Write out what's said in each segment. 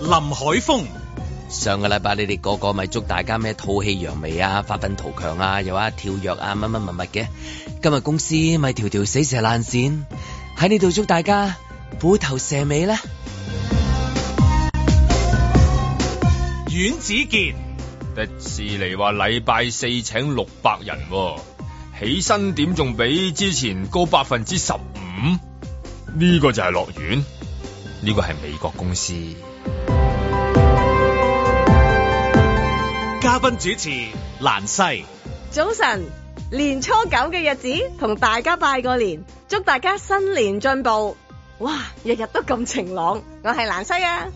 林海峰、上個禮拜你哋個個咪祝大家咩吐氣揚眉啊、發奮圖強啊、又話跳躍啊、乜乜乜乜嘅。今日公司咪條條死蛇爛鱔，喺呢度祝大家虎頭蛇尾啦！阮子健、迪士尼話禮拜四請六百人喎，起薪點仲比之前高百分之十五，呢個就係樂園，呢個係美國公司。嘉賓主持蘭西、早晨，年初九嘅日子同大家拜個年，祝大家新年進步。哇，日日都咁晴朗，我係蘭西啊！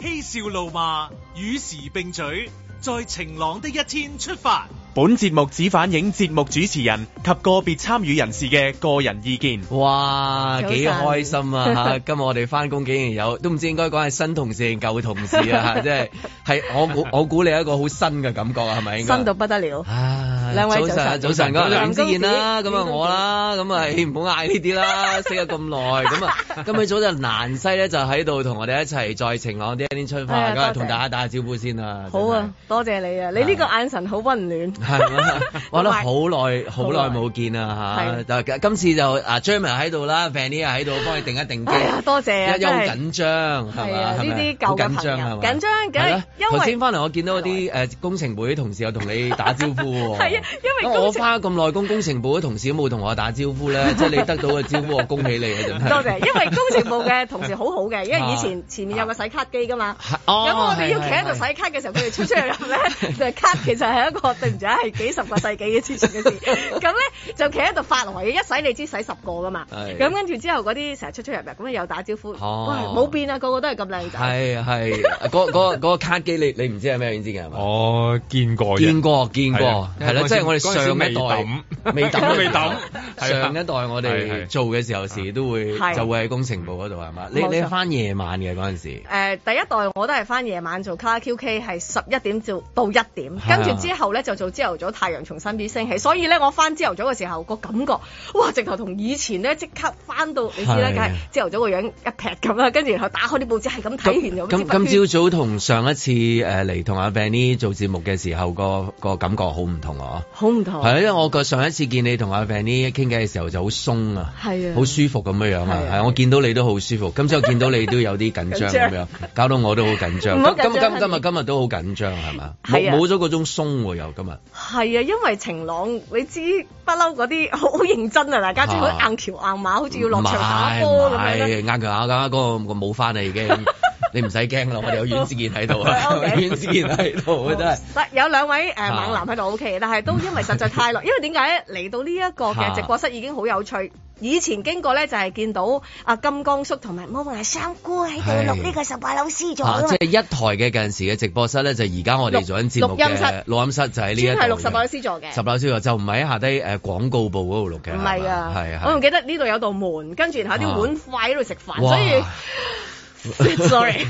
嬉笑怒罵，與時並舉，在晴朗的一天出發。本節目只反映節目主持人及個別參與人士嘅個人意見。哇，早晨幾開心 啊！嚇今日我哋翻工竟然有，都唔知應該講係新同事定舊同事啊！ 嚇即係係我估我估你係一個好新嘅感覺啊係咪？應該新到不得了，啊！兩位早早晨晨，早晨，咁啊梁梁之健啦，公子咁啊我啦，咁啊唉唔好嗌呢 啲啦，識咗咁耐，咁啊今日早就蘭西咧就喺度同我哋一齊再晴朗啲一天出係發，啊咁啊多謝同大家打下招呼先啦。好啊，多謝你啊！你呢個眼神好温暖，真係。係 嘛？我覺得好耐好好耐耐冇見啦係嚇，但今次就啊 Jeremy 喺度啦，Vanny 喺度幫你定一定機哎呀，多謝啊！因為真好係緊張係係嘛啊？係咪呢啲舊嘅好緊張朋友係嘛緊張梗係係啦因為頭先翻嚟我見到嗰 啲誒工程部啲同事有同你打招呼喎。係啊因為工程我花咁耐工，工程部啲同事都冇同我打招呼 咧，即係你得到嘅招呼，我恭喜你啊！真係多謝，因為工程部 嘅同事好好嘅，因為以前前面有個洗卡機噶嘛，係咁哦我哋要係企喺度洗卡嘅時候，佢哋出出入入 咧，就卡其實係一個對唔住啊，係幾十個世紀嘅之前嘅事。 咁咧就企喺度發呆，一洗你知洗十個噶嘛。係咁跟住之後嗰啲成日出出入入，咁啊又打招呼，喂哦冇變啊，個個都係咁靚仔。係係，嗰嗰嗰個卡機你你唔知係咩原子嘅係嘛？我見過見過見係過哦啊，係啦，嗰陣時即係我哋嗰陣上時一未代抌未抌 未抌啊係啊 上一代我係哋係做嘅時候時都會係就會喺工程部嗰度係嘛？你冇錯你翻夜晚嘅嗰陣時。誒、呃第一代我都係翻夜晚做卡拉 QK，係十一點至到一點，跟住之後咧就做朝頭早太陽從身邊升起，所以咧我翻朝頭早嘅時候個感覺，哇！直頭同以前咧即刻翻到，你知啦，係啊梗係朝頭早個樣一劈咁啦，跟住然後打開啲報紙係咁睇完咁又咁今朝早同上一次誒嚟同阿 Vanny 做節目嘅時候，個個感覺好唔同啊！好唔嗬同，係因為我個上一次見你同阿 Vanny 傾偈嘅時候就好鬆啊，係啊好舒服咁樣樣啊，係啊係我見到你都好舒服，今朝我見到你都有啲緊張緊張咁樣，搞到我都好緊張。唔好咁緊今張係今今日今日都好緊張係嘛？冇係啊冇咗嗰種鬆喎又今日。係啊，因為晴朗，你知不嬲嗰啲好好認真啊，大家即係好硬橋硬馬，好似要落場打波咁樣啦唔係，硬腳硬噶，嗰個冇翻啦已經， 你唔使驚啦，我哋有阮之健喺度啊， OK 阮之健喺度真係。嗱有兩位誒、啊猛男喺度 O K，但係都因為實在太耐，因為點解咧嚟到呢一個嘅直播室已經好有趣。以前經過咧就係、見到阿金剛叔同埋魔幻三姑喺度錄呢個十八樓 C 座啊啊嘛即係一台嘅近時嘅直播室咧，就而家我哋做緊節目錄錄音嘅室錄音室就喺呢一專係度錄嘅。十八樓 C 座嘅十。樓小就唔係喺下低誒廣告部嗰度錄嘅，唔係啊，啊，係我仲係。記得呢度有道門，跟住然後啲碗筷喺度食飯，哇所以 sorry，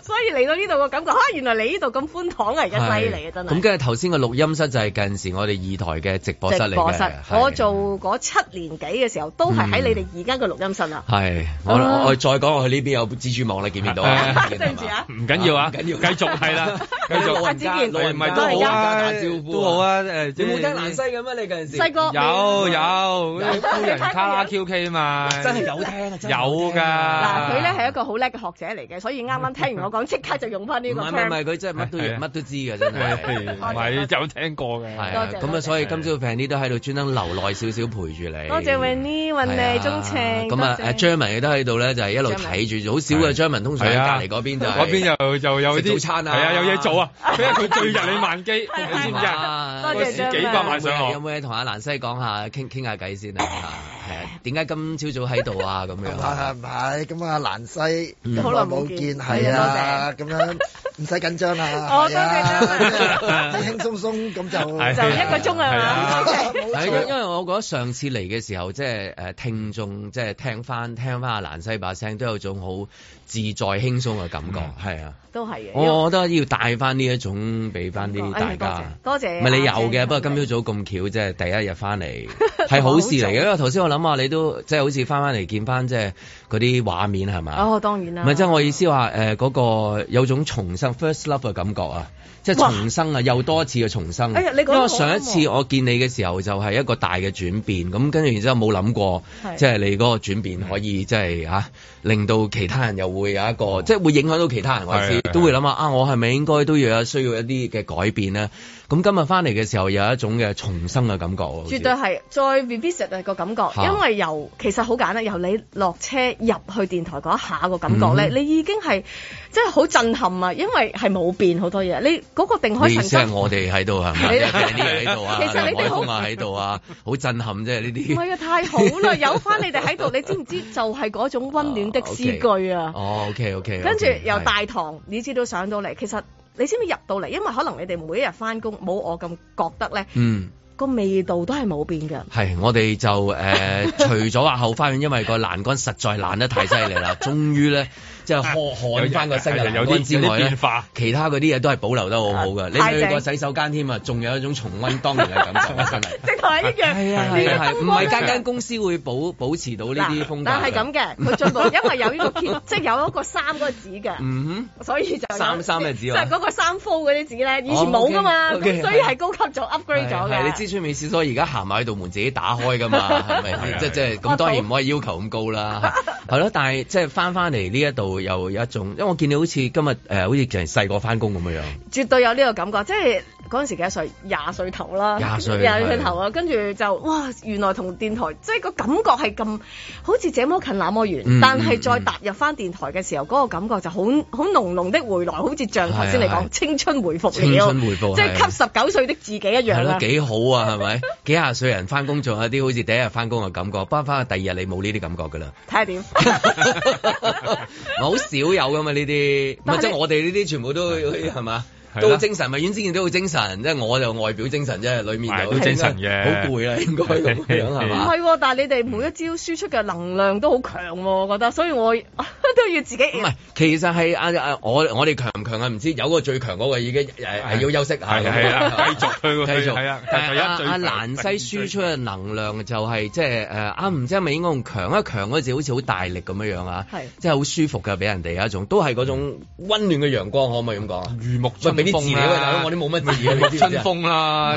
所以嚟到呢度個感覺，啊原來你呢度咁寬敞啊，而家犀利啊真係。咁跟住頭先個錄音室就係近時我哋二台嘅直播室嚟直播室嘅。，係我做嗰七年幾嘅時候，都係喺你哋而家嘅錄音室啦。係我啊我再講我去呢邊有蜘蛛網，你見唔見到啊？ 對唔住啊唔緊要啊，唔緊要繼續係啦，繼係續嘛，老人老家 老人家唔人家係都好啊，打招呼都好。啊，誒，你即冇聽係蘭西嘅咩？你近時細個有有有高人卡拉 QK 嘛，真係 有聽啊，真係有㗎。聽啊嗱，佢咧係一個好叻嘅學者嚟嘅，所以啱啱聽完我講，即刻就用翻呢唔個係唔係唔 term。係，佢真係乜都係啊乜都知嘅，真係。唔係有聽過嘅，係多啊，謝咁多啊，謝所以今朝 Penny 都喺度專登留耐少少陪住你。多謝 Winnie，Winnie 係啊鍾情咁啊，多謝誒 Jeremy 亦都喺度咧，就係一路睇住，好少嘅係 Jeremy 通常喺係啊隔離嗰邊就係嗰邊又又有食早啲餐啊係啊，有嘢做 啊，因為佢最日理萬機，你知唔知啊？啊多謝張有冇幾百萬上學有冇嘢同阿蘭西講下傾傾下偈先啊？係啊，點解今朝早喺度啊？咁 樣啊，唔係咁啊，蘭西嗯好耐冇見見，係啊，咁樣唔使緊張 啦，哦係啊多謝張輕輕鬆鬆咁就係就一個鐘係係啊嘛？OK，係，因因為我覺得上次嚟嘅時候，即係誒聽眾，即係聽翻聽翻阿蘭西把聲，都有種好自在輕鬆嘅感覺，係啊，都 係嘅。我覺得要帶翻呢一種俾翻啲大哎家。多謝，多謝。唔係你有嘅，啊不過今朝早咁巧，即係第一日翻嚟係好事嚟嘅。因為頭先我諗諗下你都即係好似翻翻嚟見翻即係嗰啲畫面係嘛？哦，當然啦。唔係，即係我意思話誒嗰個有種重生 first love 嘅感覺啊，即係哇重生啊，又多一次嘅重生。哎呀你講得因為好我上一啱次喎我見你嘅時候就係一個大嘅轉變，咁跟住然之後冇諗過，係即係你嗰個轉變可以即係嚇令到其他人又會有一哦個，即係會影響到其他人，我係知係都會諗下啊，我係咪應該都要有需要一啲嘅改變咧？咁今日翻嚟嘅時候有一種嘅重生嘅感覺喎，好似絕對係再 revisit 啊個感覺，嚇因為由其實好簡單，由你落車入去電台嗰一下個感覺咧，嗯你已經係真係好震撼啊！因為係冇變好多嘢，你嗰個定海你意神思係針。我哋喺度係咪？你啲人喺度啊， 其實你哋海好風啊喺度啊，好震撼啫呢唔啲。係啊，太好 啦！有翻你哋喺度，你知唔知就係嗰種温暖的詩句啊！哦，OK OK，跟住由大堂，你知道上到嚟，其實你知唔知入到嚟？因為可能你哋每一日翻工冇我咁覺得咧，嗯。個味道都係冇變 嘅。係，我哋就誒、 呃除咗話後花園，因為個欄杆實在爛得太犀利 啦，終於咧即啊係呵有汗翻個新嘅有欄啲杆之外有啲咧變化，其他嗰啲嘢都係保留得好好嘅。太你去正個洗手間添啊，仲有一種重温當年嘅 感受，真係。直頭係一樣，係啊連個係啊係，燈唔光係都間間公司會保保持到呢啲風格。但係咁， 嘅，佢進步，因為有呢個揭， 即係有一個三嗰個紙嘅，嗯所以就有三三咩紙啊即係嗰個三 fold 嗰啲紙咧，以前冇噶嘛，哦咁，OK，OK，所以係高級咗哼， upgrade 咗係嘅。你知出面廁所而家行埋去度門自己打開㗎嘛， 係咪係啊先？即係即係哇咁當然唔可以要求咁高啦， 係咯。但係即係翻翻嚟呢一度又有一種，因為我見你好似今日誒、呃好似就係細個翻工咁樣樣。絕對有呢個感覺，即係嗰陣時幾多歲？廿歲頭啦，廿歲廿歲頭啊！跟住就哇，原來同電台即係個感覺係咁，好似這麼近那麼遠。嗯但係再踏入翻電台嘅時候，嗰、個感覺就好好濃濃的回來，好似像頭先你係啊係講青春回復青春了，回復即係係給十九歲的自己一樣係啦咯，。幾好啊，係咪？ 幾廿歲人翻工仲有啲好似第一日翻工嘅感覺，不過翻去第二日你冇呢啲感覺㗎啦。睇下點。我好少有噶嘛呢啲，唔 但係係即係你我哋呢啲全部都係嘛，係啦都好精神。咪阮之健都好精神，即係我就外表精神啫，裡面係就都精神嘅好攰啦，應該咁樣係唔嘛？係喎，但係你哋每一招輸出嘅能量都好強喎，我覺得，所以我嗯 都要自己。唔係，其實係啊啊！我我哋強唔強啊？唔知有個最強嗰個已經誒係要休息下，係係啊 繼續去繼續係啊但係阿第一最阿強蘭西輸出嘅啊能量就係即係誒啊，唔知係咪應該用強啊？強嗰個字好似好大力咁樣樣啊，係即係好舒服嘅俾人哋有一種，都係嗰種温暖嘅陽光，可唔可以咁講啊？如沐喂，嗯春俾啲字你風喂，大啦佬，我，啲冇乜字嘅，如沐你知唔春知啊？風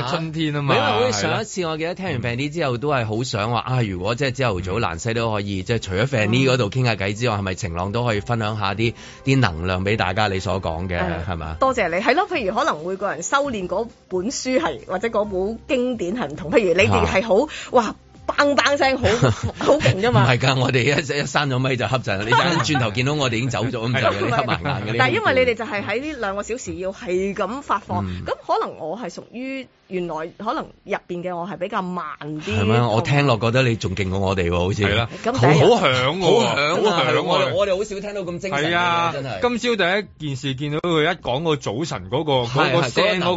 啦，春天啊嘛，嗯因為好似上一次我記得聽完 Fanny 之後，都係好想話啊，如果即係朝頭早蘭西都可以，即係除咗 Fanny 嗰度傾下偈之外，係咪晴朗都可以分享下啲啲能量俾大家？你所講嘅誒係嘛？多謝你，係咯。譬如可能每個人修煉嗰本書嗯係或者嗰本經典係唔同，譬如你啊哋係好哇砰砰聲好 好勁㗎唔嘛。係㗎，我哋一一閂咗咪就恰陣啦，你陣間轉頭見到我哋已經走咗咁就嘅，你黑埋眼嘅呢。 但係因為你哋就係喺呢兩個小時要係咁發放，嗯咁、可能我係屬於原來可能入邊嘅我係比較慢啲。係咩？我聽落覺得你仲勁過我哋喎，好似係啦，咁好第一日好響好喎，響啊！好係響我哋喎。我哋好少聽到咁精神係嘅啊真今係，。朝第一件事見到佢一講個早晨嗰個係嗰個係聲嗰嗰個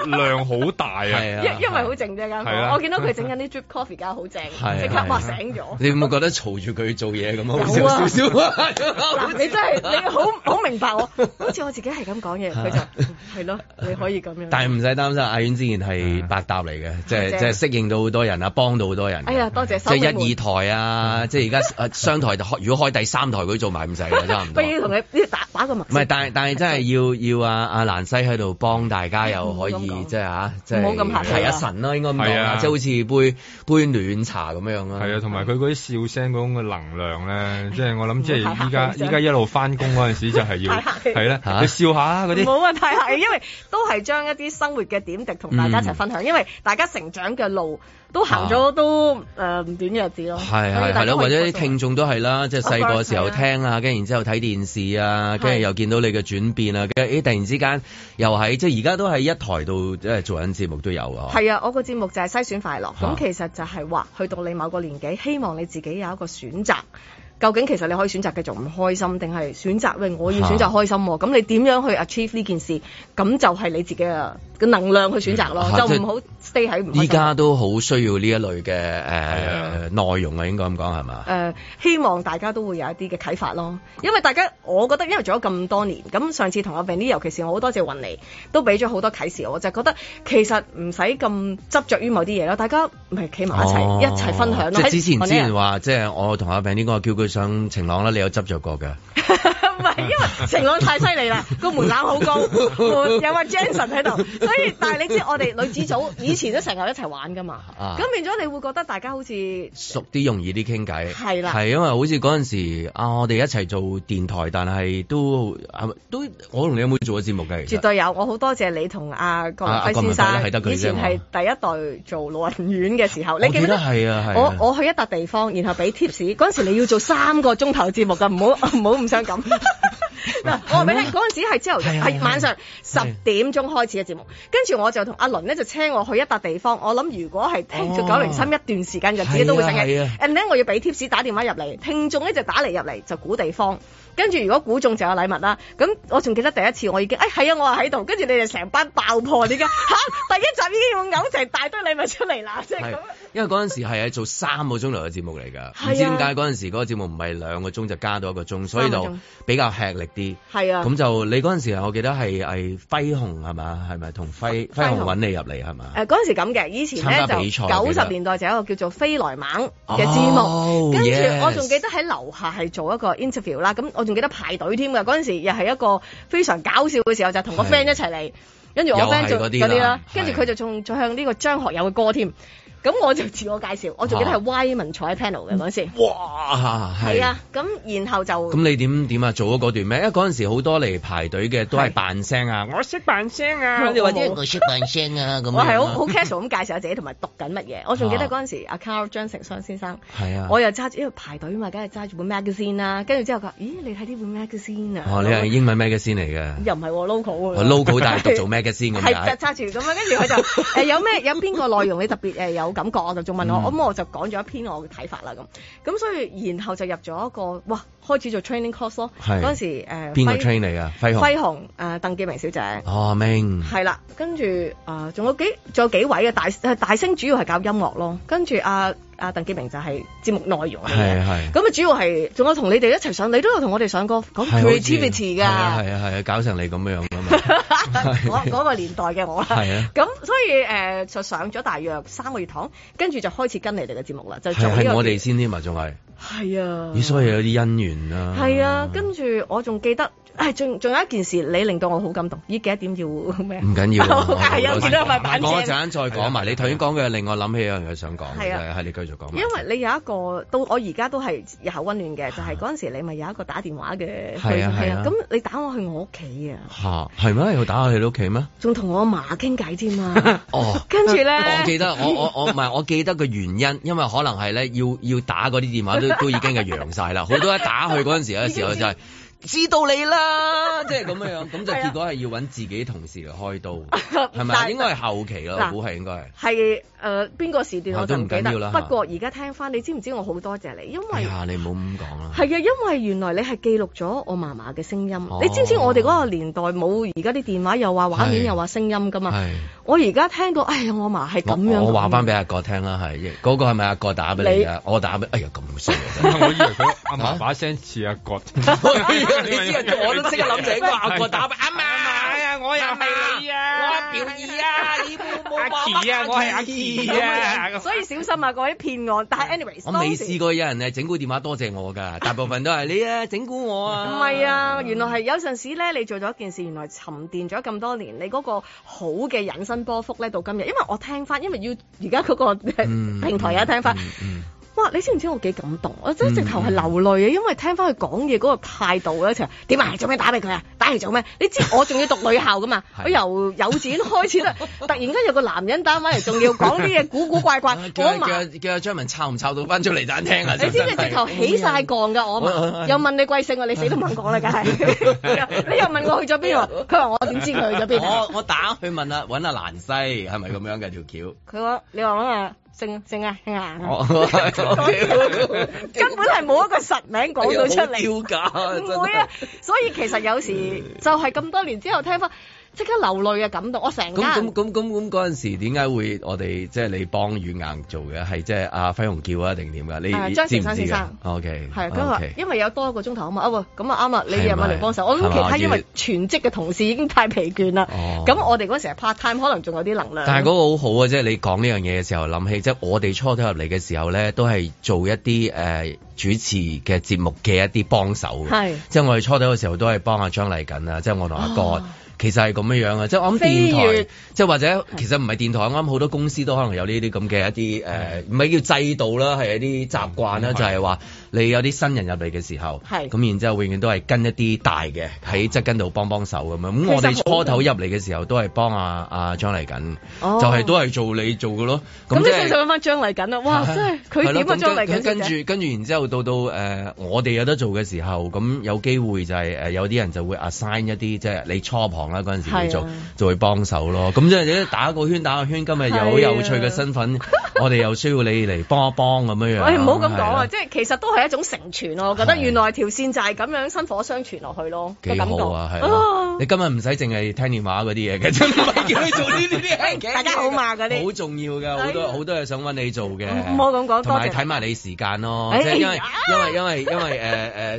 個能量好大啊！係啊因因為好靜啫間係房，啊我見到 佢整緊啲 drip coffee 間好正，係啊即刻哇醒咗。你有冇覺得嘈住佢做嘢咁啊？好有啊少少少啊！ 嗱，你真係你好好明白我，好似我自己係咁講 嘢，佢就嗯係咯，你可以咁樣。但係唔使擔心，阿婉之嗯前係百搭嚟嘅，即係嗯正即係適應到好多人啊，幫到好多人。哎呀，多謝即收係尾門一二台啊，即係而家呃商台就開，如果開第三台佢做埋唔使 嘅，差唔不多。如同你呢打打個脈唔係，但係但係真係要要啊阿蘭西喺度幫大家又可以唔好咁講即係嚇，即係唔好咁客氣啊提一神啦，應該咁講係啊啊即係好似杯杯暖茶咁樣啦。係啊，同埋佢嗰啲笑聲嗰種嘅能 量咧，即係我諗，即係依唔啊好家太客氣依家一路翻工嗰陣時就係 要太客氣係啦嚇，你笑下啊嗰啲冇啊，太客氣，因為都係將一啲生活嘅點滴同大家一齊分享，因為大家成長嘅路都行咗都誒唔短嘅日子咯。係所以係大係家可咯，或以者啲開心聽眾都係啦，即係細個嘅時候 Of course，聽啊，跟住然之後睇電視啊，跟住又見到你嘅轉變啊，跟住咦突然之間又係即係而家都喺一台度即係做緊節目都有啊。係啊，我個節目就係篩選快樂，嚇咁其實就係話去到你某個年紀，希望你自己有一個選擇。究竟其實你可以選擇繼續唔開心，定係選擇喂我要選擇開心喎？咁你點樣去 achieve 呢件事？咁就係你自己嘅嘅能量去選擇咯嗯，嚇就唔好 stay 喺唔開心依家都好需要呢一類嘅誒啊內容啊，應該咁講係嘛誒、？呃希望大家都會有一啲嘅啟發咯，因為大家我覺得因為做咗咁多年，咁上次同阿 Vinny，尤其是我好多謝雲妮，都俾咗好多啟示我，就覺得其實唔使咁執着於某啲嘢咯，大家咪企嗯埋一齊、哦一齊分享咯。哎即係之前喺之前話，即係我同阿炳呢個叫佢上晴朗啦，你有執着過㗎。唔係，因為晴朗太犀利啦，個門檻好高， 門有阿 Jensen 喺度，所以但係你知我哋女子組以前都成日一齊玩噶嘛，啊咁變咗你會覺得大家好似熟啲容易啲傾偈，係啦係因為好似嗰陣時啊，我哋一齊做電台，但係都係咪都我同你有冇做過節目㗎？其絕實對有，我好多謝你同阿郭文啊阿輝郭文先輝係得佢生，啫以前係第一代做老人院嘅時候，你記唔記我記得係啊係啊我我去一笪地方，然後俾 tips，嗰陣時你要做三個鐘頭節目㗎，唔好 唔好唔想咁。嗱， 我話俾你聽，嗰陣時係朝頭早，係啊係啊係晚上十點鐘開始嘅節目，跟住我就同阿倫咧就車我去一笪地方，我諗如果係聽咗哦九零三一段時間，就自己都會醒係起啊係啊。 and then 我要俾 tips 打電話入嚟，聽眾咧就打嚟入嚟就估地方。跟住如果估中就有禮物啦。咁我仲記得第一次我已經，哎係啊，我話喺度，跟住你哋成班爆破 你嘅吓，第一集已經要嘔成大堆禮物出嚟啦，即係係咁。因為嗰陣時係做三個鐘頭嘅節目嚟㗎，唔係啊知點解嗰陣時嗰個節目唔係兩個鐘就加到一個鐘，所三以個就鐘比較吃力啲。係啊，咁就你嗰陣時，我記得係係輝紅係嘛，係咪同輝輝輝紅紅揾你入嚟係嘛？誒呃嗰陣時咁嘅，以前咧參加比賽就我記九得十年代就有一個叫做飛來猛嘅節目，哦跟住 yes 我仲記得喺樓下係做一個 interview 啦，咁我仲記得排隊添㗎，嗰陣時又係一個非常搞笑嘅時候，就同個係 friend 一齊嚟，跟住我又係 friend 就嗰嗰啲啦啲啦，係跟住佢就仲仲向呢個張學友嘅歌添，咁我就自我介紹，我仲記得係 Y 文坐喺 panel 嘅嗰陣時，哇，係啊，咁然後就咁你點點啊？做咗嗰段咩？因為嗰陣時好多嚟排隊嘅都係扮聲啊，我識扮聲啊，我你話我啲冇我識扮聲啊咁樣我啊。係好好 casual 咁介紹下自己同埋讀緊乜嘢，我仲記得嗰陣時阿 Carl 張成雙先生。係啊，我又揸住，因為排隊嘛，梗係揸住本 magazine 啦。跟住之後佢話：咦，你睇呢本 magazine 啊？哦，你係哦英文 m a g a 嚟嘅，又唔係喎 local 我喎。 logo 但係讀做 m a g a 咁係揸解。揸住咁樣，跟住佢就 誒有咩有邊個內容你特別誒有感覺啊？就仲問嗯我，咁、我就講咗一篇我嘅睇法啦咁。咁所以然後就入咗一個哇，開始做 training course 咯。係嗰陣時誒邊個輝 train 嚟㗎？輝輝紅。紅誒、呃、鄧潔明小姐。哦，明。係啦，跟住啊，仲、有幾仲有幾位嘅大誒大聲，主要係搞音樂咯。跟住阿阿鄧潔明就係節目內容嚟嘅係係咁啊，主要係仲有同你哋一齊上，你都有同我哋上過講係好似 creativity 係啊㗎。係啊係啊，搞成你咁樣㗎嘛。嗰嗰個年代嘅我啦，啊係啊咁所以誒、呃就上咗大約三個月堂，跟住就開始跟你哋嘅節目啦， 就做呢係個係我叫哋先添嘛，仲係。係啊，咦，所以有啲姻緣啦。係啊，跟住我仲記得，唉，仲仲有一件事，你令到我好感動。咦，幾多點要 咩啊？唔緊要 啊，係啊，我見到有塊板講一正。陣再講埋。你頭先講嘅令我諗起有樣嘢想講，係啊係係你繼續講埋。因為你有一個到我而家都係日口温暖嘅，就係嗰陣時你咪有一個打電話嘅，啊係啊去係啊咁你打我去我屋企啊，嚇係咩？要打去你屋企咩？，仲同我阿嫲傾偈添啊 哦。跟住我咧，記得我我我唔係我記得個原因，因為可能係咧要要打嗰啲 電話都都已經係揚晒啦，好多一打去嗰陣時嘅時候就係、知道你啦，即係咁樣樣，咁就係啊結果係要揾自己同事嚟開 刀，係係咪？應該係後期啦，嗱我估係應該係。係誒邊個時段啊我就都唔唔記緊要得，啦不過而家聽翻，你知唔知我好多謝你，因哎為。呀，你唔好咁講啦。係啊，因為原來你係記錄咗我嫲嫲嘅聲音。哦你知唔知我哋嗰個年代冇而家啲電話又話畫面係又話聲音噶嘛？係我而家聽到，哎呀，我嫲係咁樣我我話講翻俾阿哥聽啦，係嗰個係咪阿哥打俾你你㗎？我打俾，哎呀咁 衰啊！ 真係我以為佢阿嫲把聲似阿郭，你知啊我都即刻諗起，哇！我打俾阿嫲啊，我又係你啊，我阿表姨啊，你冇冇阿琪啊，我係阿琪啊。所以小心啊，各位騙案。但係 anyways，我當未時試過有人係整蠱電話多謝我 㗎，大部分都係你啊整蠱唔我啊。係啊，原來係有陣時咧，你做咗一件事，原來沉澱咗咁多年，你嗰個好嘅引申波幅咧，到今日，因為我聽翻，因為要而家嗰個嗯平台有聽翻，嗯嗯哇！你知唔知我幾感動？我真係直頭係流淚啊，因為聽翻佢講嘢嗰個態度咧，就係點啊？做咩打俾佢啊？打嚟做咩？你知我仲要讀女校噶嘛係？我由幼稚園 開始啦，突然間有個男人打翻嚟，仲要講啲嘢古古怪怪，啊我 叫阿阿叫阿嫲。叫阿張文抄唔抄到翻出嚟等聽啊！ 你知唔知真係直頭起晒槓㗎？我我嘛，又問你貴姓啊？你死都唔肯講啦，梗 係。 你又問我去咗邊喎？佢話我點知佢去咗邊啊？ 我我打去問啊，揾阿蘭西係咪咁樣嘅條橋？佢話你話揾啊姓姓啊姓啊， 哦 OK 根本係冇一個實名講到出嚟。 哎呀好 丟架真係唔會啊！所以其實有時就係咁多年之後聽翻，即刻流淚嘅感動，我成咁家咁人咁咁咁嗰陣時，點解會我哋即係你幫軟硬做嘅？係即係阿輝雄叫啊，定點㗎？啊你張善知唔生知先㗎生？OK，係跟住話 OK，因為有多一個鐘頭啊嘛，啊喎，咁啊啱啊，你夜晚嚟幫手。係咪我諗其係咪他因為全職嘅同事已經太疲倦啦哦，咁我哋嗰時係 part time，可能仲有啲能量。但係嗰個好好啊，即係你講呢樣嘢嘅時候，諗起即係我哋初頭入嚟嘅時候咧，都係做一啲誒、呃主持嘅節目嘅一啲幫手嘅係即係我哋初頭嘅時候都係幫阿張麗瑾啊，即係我同阿哥。哦其實係咁樣樣啊，即係我諗飛電台越，即係或者其實唔係電台，我啱好多公司都可能有呢啲咁嘅一啲誒，唔係叫制度啦，係一啲習慣啦，嗯就係話你有啲新人入嚟嘅時候，係哦咁然之後永遠都係跟一啲大嘅喺側跟度幫幫手咁樣。咁我哋其實好初頭入嚟嘅時候都係幫阿阿張麗瑾。哦就係都係做你做嘅咯。咁即你想唔係想揾翻張麗瑾啊？ 哇！真係佢係點咯啊？咁張麗跟瑾跟小姐住跟住，然之後到到誒、呃我哋有得做嘅時候，咁有機會就係、呃有啲人就會 assign 一啲即係你初旁啦嗰陣時係啊會做，就會幫手咯。咁即係你打個圈打個圈，今日有好有趣嘅 身份，我哋又需要你嚟幫一幫咁樣樣。喂，唔好咁講係啊！啦即係其實都係一種承傳咯，我覺得係原來條線就係咁樣薪火相傳落去咯，個幾感好啊，係覺。咯啊！你今日唔使淨係聽電話嗰啲嘢嘅，真唔係叫你做呢啲嘢嘅。大家好嘛嗰啲好重要㗎，好係多啊好多嘢想揾你做嘅。唔唔好咁講同埋多謝睇埋你時間咯，哎即係因為呀因為因為因為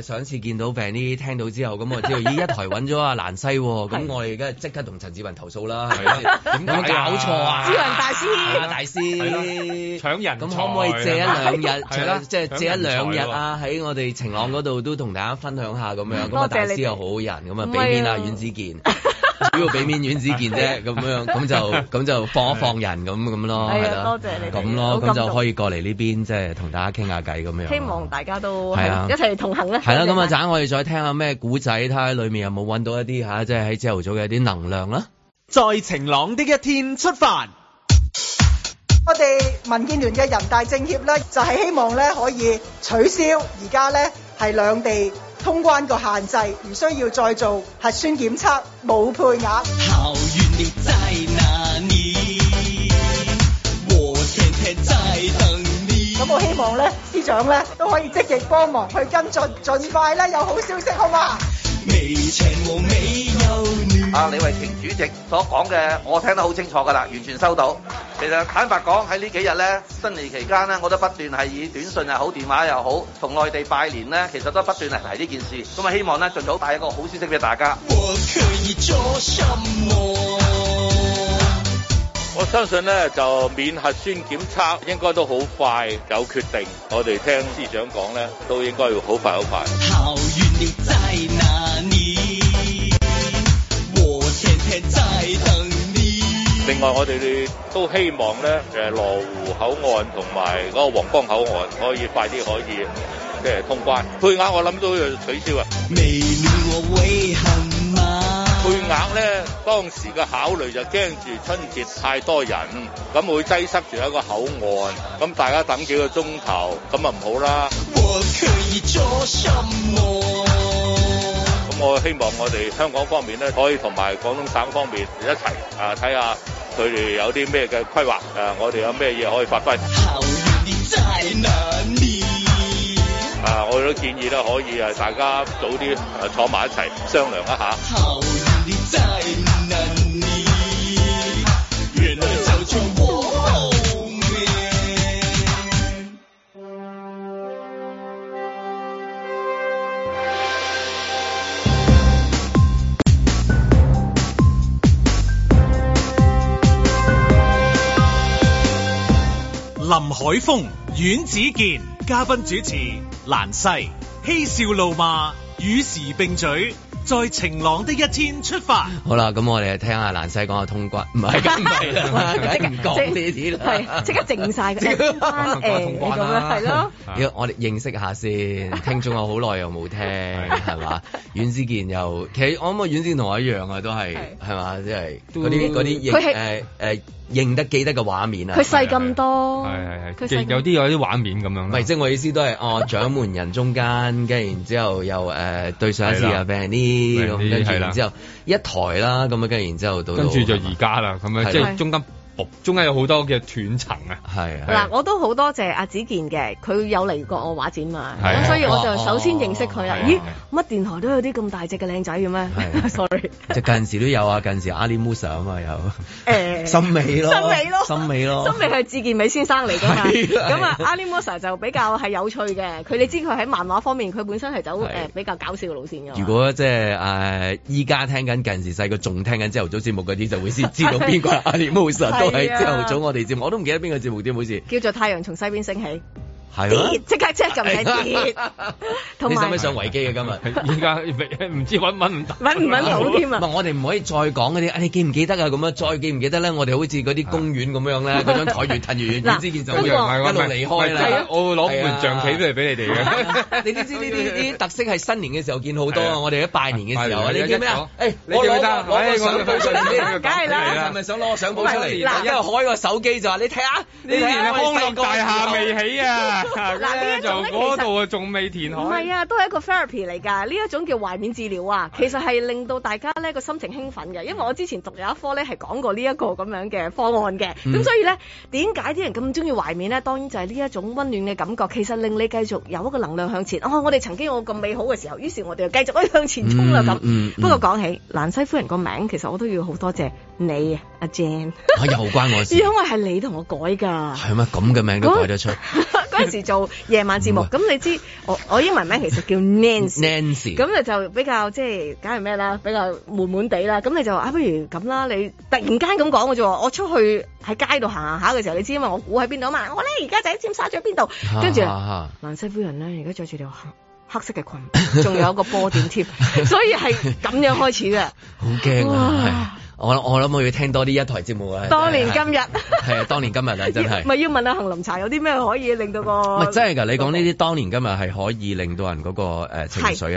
誒誒上次見到 b e n y 聽到之後，咁我知道咦一台揾咗阿蘭西喎，咁係我哋而家即刻同陳志雲投訴啦，係係啦咪點有冇解啊搞錯啊？志雲大師係啊大係師搶啊人咁才可唔可以借一兩日係啦，即係借一兩搶日人才喎啊？喺我哋晴朗嗰度都同大家分享下咁樣，咁多謝啊大師嗯你哋又好好人，咁啊唔俾面係啊啊阮 子健，主要俾面阮子健啫，咁樣咁就咁就放一放人咁咁咯，係啊啦多謝你哋咁咯，好咁感動就可以過嚟呢邊即係同大家傾下偈咁樣。希望大家都啊係啊係一齊同行啦。係啦，咁多啊，謝晒陣我哋再聽下咩古仔，睇下裏面有冇揾到一啲嚇，即係喺朝頭早嘅一啲能量啦。在晴朗的一天出發。我哋民建聯嘅人大政協咧，就係、希望咧可以取消而家咧係兩地通關個限制，唔需要再做核酸檢測，冇配額。好运你在哪里？我天天在等你。咁我希望咧，司長咧都可以積極幫忙去跟進，盡快咧有好消息，好嘛？没钱我没有你。啊李慧瓊主席所講嘅，我聽得好清楚㗎啦，完全收到。其實坦白講，喺呢幾日呢，新年期間呢，我都不斷係以短信又好、電話又好，同內地拜年呢，其實都不斷係提呢件事。咁啊，希望呢，盡早帶一個好消息俾大家。我可以做什么？我相信咧就免核酸檢測應該都好快有決定，我哋聽司長講咧都應該要好快好快。好运你在哪里？我天天在等你。另外我哋都希望咧誒羅湖口岸同埋嗰個皇崗口岸可以快啲可以即係通關，配額我諗都要取消啊！没你我会很忙。配額咧當時嘅考慮就驚住春節太多人，咁會擠塞住一個口岸，咁大家等幾個鐘頭，咁啊唔好啦。我可以做什么？咁我希望我哋香港方面咧，可以同埋廣東省方面一齊啊，睇下佢哋有啲咩嘅規劃，誒、我哋有咩嘢可以發揮。好运你在哪里？啊，我都建議咧，可以啊，大家早啲啊坐埋一齊商量一下。好运你在哪里？原来就在我后面。林海峰、阮子健，嘉賓主持蘭西，嬉笑怒罵，與時並舉，在晴朗的一天出發。好啦，咁我哋聽下蘭西講下通關，唔係咁唔係啦，梗係唔講呢啲啦係。啊即刻靜 晒佢， 即刻誒翻誒咁樣啊係 咯。要我哋認識 下先，聽眾我好耐又冇聽，係嘛？阮之健又其實我諗啊，阮之健同我一樣啊，都係係係嘛，即係嗰啲嗰啲佢認係誒誒認得記得嘅畫面啊佢。細咁哦多，係係佢係，細有啲有啲畫面咁樣唔啦係，。即係我意思都係 哦，掌門人中間，跟住然之後又誒對上一次啊係啦 Benny 咁， Benny，跟住係啦然之後一台啦，咁啊跟住然之後到跟住就而家啦，咁係樣啦即係中間哦中間有好多嘅斷層啊，係嗱，我都好多謝阿子健嘅，佢有嚟過我畫展嘛，係啊咁所以我就首先認識佢啦。哦哦咦，乜電台都有啲咁大隻嘅靚仔嘅咩啊係？Sorry， 即係近時都有啊，近時阿里 Musa 啊嘛有。誒， 森美咯森美咯，森美咯森美係志健美先生嚟㗎嘛。係啊咁啊，Ali Musa 就比較係有趣嘅，佢你知佢喺漫畫方面，佢本身係走誒係比較搞笑嘅路線㗎嘛。如果即係誒依家聽緊近時細個仲聽緊朝頭早節目嗰啲，就會先知道邊 個係啊阿里 Musa 都係係啊朝頭早我哋節目，我都唔記得邊個節目添，好似叫做太陽從西邊升起，係啊跌。 即刻即刻撳掣 跌，同你使埋唔使上維基嘅今 日？依家唔知揾揾唔得，揾唔揾到 添唔係，啊！我哋唔可以再講嗰啲，啊你記唔記得啊？咁樣再記唔記得咧？我哋好似嗰啲公園咁樣咧，嗰張台越褪越遠，嗱遠之見就不會過啊一路離開啦。我攞盤象棋都嚟俾你哋嘅。啊 你都知呢啲呢啲特色係新年嘅時候見好多係啊！啊我哋喺拜年嘅時候啊，拜年你叫咩啊？一講誒，你記唔記得我攞個唉攞個我相簿出嚟先梗係啦係咪想攞個相簿出嚟？嗱啊嗱，因為開個手機就話你睇下，呢你睇年下啊，康樂大廈我哋細個嘅時未候起啊，呢一就種咧嗰度啊仲未填海。唔係啊，都係一個 therapy 嚟㗎。呢一種叫懷緬治療啊，其實係令到大家咧個心情興奮嘅。因為我之前讀有一科咧係講過呢一個咁樣嘅方案嘅，咁、嗯所以咧點解啲人咁中意懷緬咧？當然就係呢一種温暖嘅感覺，其實令你繼續有一個能量向前。哦，我哋曾經有咁美好嘅時候，於是我哋就繼續可以哎向前衝啦咁。嗯嗯嗯不過講起蘭西夫人個名，其實我都要好多謝你啊，阿 Jane， 啊又關我事因，為係你同我改㗎。係咩？咁嘅名都改得出 嗰陣時做夜晚節目，唔係咁你知我我英文名其實叫 Nancy。嗯 Nancy 咁你就比較即係，梗係咩啦？比較悶悶地啦。咁你就話啊，不如咁啦，你突然間咁講嘅啫喎。我出去喺街度行行下嘅時候，你知因為我估喺邊度啊嘛。我咧而家就喺尖沙咀邊度，跟住啊蘭西夫人咧，而家着住條黑黑色嘅裙，仲有一個波點貼， 所以係咁樣開始 嘅。好驚啊哇！係我我諗我要聽多啲一台節目啊！當年今日日係啊，當年今日啊， 真係。咪要問下杏林茶有啲咩可以令到個唔係真係㗎，你講呢啲當年今日係可以令到人嗰、個、呃、情緒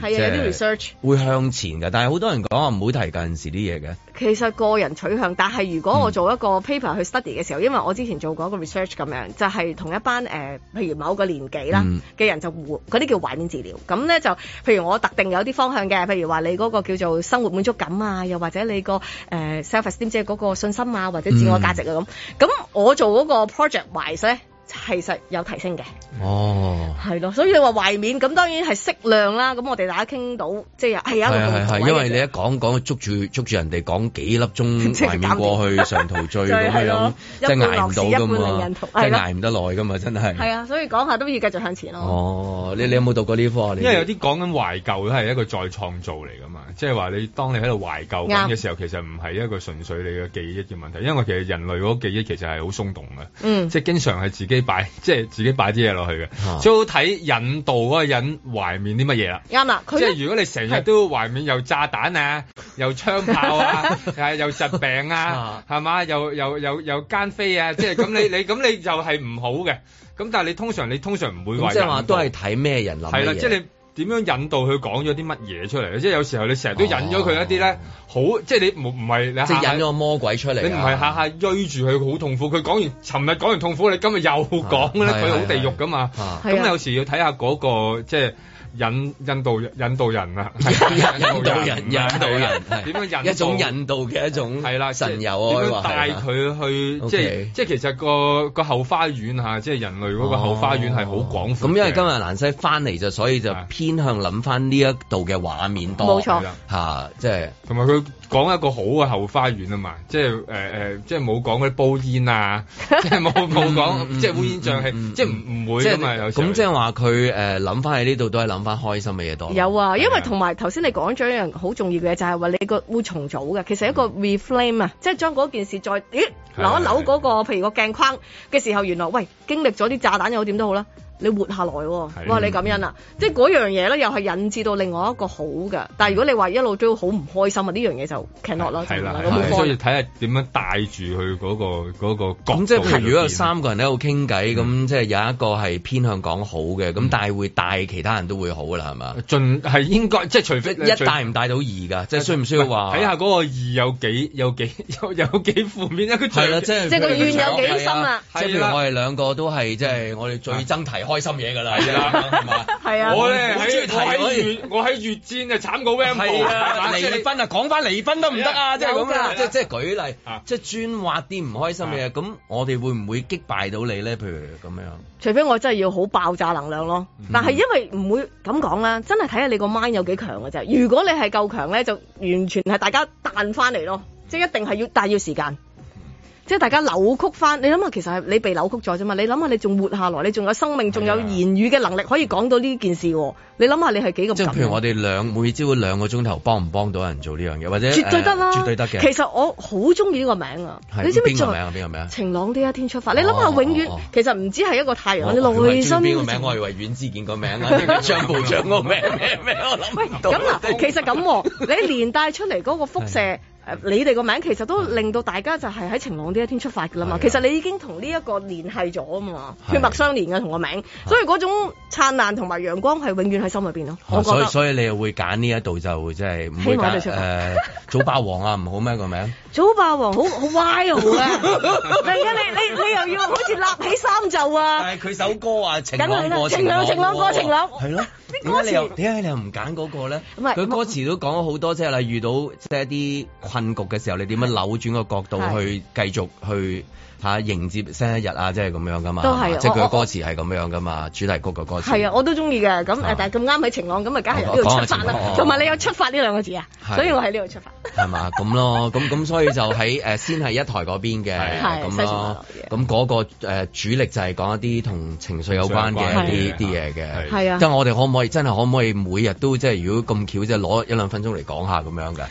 係啊即係有啲 research 會向前㗎，但係好多人講話唔好提近時啲嘢嘅，其實個人取向，但係如嗯果我做一個 paper 去 study 嘅時候，因為我之前做過一個 research 咁樣，就係、同一班誒、呃譬如某個年紀啦嗯嘅人就互嗰啲叫懷緬治療。咁咧就譬如我特定有啲方向嘅，譬如話你嗰個叫做生活滿足感啊，又或者你個誒、呃 self esteem 即係嗰個信心啊，或者自我價值啊嗯咁。咁、我做嗰個 project wise 咧，其實有提升嘅。哦。係咯，所以你話懷緬咁當然係適量啦。咁我哋大家傾到，即係哎係有一個共係係同位係，因為嘅你一講講捉住捉住人哋講幾粒 鐘即係懷緬過去上途 醉咁就係樣咯，即係捱唔一半到㗎樂事一半令人嘛同，即係係咯捱唔得耐㗎嘛，真係。係啊，所以講下都要繼續向前咯。哦，你你有冇讀過呢科啊？你因為有啲講緊懷舊都係一個再創造嚟噶嘛，即係話你當你喺度懷舊緊嘅時候，其實唔係一個純粹你嘅記憶嘅問題，因為其實人類嗰個記憶其實係好鬆動嘅，嗯即係經常係自己擺， 即係自己擺啲嘢落去啊嘅，最好睇引導嗰個人懷緬啲乜嘢啦。啱啦，佢即呢係如果你成日都懷緬又炸彈啊， 又槍炮啊，誒又疾病啊啊，係嘛？又又又又奸妃啊，即係咁你 你咁你就係唔好嘅。咁但係你通常你通常唔會話咁即係話引都導係睇咩人諗係啦，乜嘢即係你點樣引導佢講咗啲乜嘢出嚟？即係有時候你成日都引咗佢一啲咧，好即係你唔唔係你下啊即下係引咗個魔鬼出嚟啊。你唔係下下追住佢好痛苦，佢講完尋日講完痛苦，你今日又講咧，啊係佢好係地獄噶嘛。啊係咁啊有時要睇下嗰個即係。引印度引導人啊，點樣引導引導人，引導人，係啊一種引導嘅一種係啦，神遊即啊，係點樣可以話帶係啦佢去， OK 即係即係其實個個後花園嚇，即係人類嗰個後花園係好廣闊嘅。哦咁因為今日蘭西翻嚟就，所以就係偏向諗翻呢一度嘅畫面多，冇錯係啦啊嚇，即係同埋佢講一個好嘅後花園啊嘛，即係誒誒，即係冇講嗰啲煲煙啊，即係冇冇講嗯即係烏煙瘴氣，嗯嗯即係唔唔會即噶係嘛有時候咁即係話佢呃誒諗翻喺呢度都係諗翻開心嘅嘢多，有啊，因係為啊同埋頭先你講咗一樣好重要嘅嘢，就係話你個會重組嘅，其實一嗯個 reframe 啊，即係將嗰件事再咦啊扭一扭嗰個譬如個鏡框嘅時候，原來喂經歷咗啲炸彈又好點都好啦。你活下來喎，係哇！你感恩啊，即係嗰樣嘢咧，又係引致到另外一個好嘅。但係如果你話一路都好唔開心啊，呢樣嘢就 cannot 啦，就係啦，係唔啦能夠所 move 以 on 睇下點樣帶住佢嗰個嗰個角咁即係譬度如如果有去三個人喺度傾偈，嗯咁即係有一個係偏向講好嘅，咁但係會帶其他人都會好㗎啦，係嘛變，？盡係應該即係除非一除帶唔帶到二㗎？即係需唔需要話睇下嗰個二有幾有幾有有幾負面一個 係啦，即係即係個怨有幾深係啊即係譬如我哋兩個都係即係我哋最憎題開心嘢㗎啦，係啦係嘛？係啊我呢好中意提喺嗰啲我喺越我喺越戰啊慘過 Rambo，係係啊，嘛即係離婚啊，講翻離婚都唔得啊，即係咁有啊，㗎即係即係舉例，即係專挖啲唔開心嘅嘢，咁我哋會唔會擊敗到你咧？譬如咁樣，除非我真係要好爆炸能量咯，嗯但係因為唔會咁講啦，真係睇下你個 mind 有幾強嘅啫。如果你係夠強咧，就完全係大家彈翻嚟咯，即係一定係要，但係要時間。即係大家扭曲翻，你諗下，其實係你被扭曲咗啫嘛。你諗下，你仲活下來，你仲有生啊命，仲有言語嘅能力，可以講到呢件事喎。你諗下，你係幾咁即係感譬人如我哋兩每朝兩個鐘頭幫唔幫到人做呢樣嘢，或者絕對得啦，誒絕對得嘅。其實我好中意呢個名啊，係你知唔知邊個做名啊？邊個名啊？哦晴朗的一天出發？你諗下，永遠其實唔止係一個太陽，你內心邊個名？我以為阮之健個名 啊，呢個張部長個名咩咩，我 諗唔到。咁嗱，其實咁喎，你連帶出嚟嗰個輻射，誒你哋個名其實都令到大家就係喺晴朗的一天出發㗎啦嘛。其實你已經同呢一個聯繫咗啊嘛，血脈相連嘅同個名，所以嗰種燦爛同埋陽光係永遠喺心裏邊咯。我哦覺所以得所以你又會揀呢一度就即係唔希會望我揀哋出發誒早霸王啊，唔好咩 個名？早霸王好 好 wild 啊！嚟啊，你你你又要好似立起衫袖啊！但係佢首歌啊，晴朗過梗係啦晴朗過晴朗過係咯。啲點解歌你又詞。點解你又唔揀嗰個咧？唔係佢歌詞都講咗好多，即係例如遇到即係一啲困局嘅時候，你點樣扭轉個角度去繼續去嚇迎接新一日啊？即係咁樣噶嘛，都係即係佢我嘅歌詞係咁樣噶嘛，主題曲嘅歌詞。係啊，我都中意嘅。咁誒啊，但係咁啱喺晴朗，咁咪梗係由呢哦度講出發下晴啦朗。同埋你有出發呢兩個字啊，係所以我喺呢度出發。係嘛咁咯，咁咁所以就 喺誒先係一台嗰邊嘅係咁西貢咯，咁嗰個誒主力就係講一啲同情緒有關嘅一啲情啲嘢嘅，係啊即係我哋可唔可以真係可唔可以每日都即係如果咁巧即係攞一兩分鐘嚟講下咁樣嘅，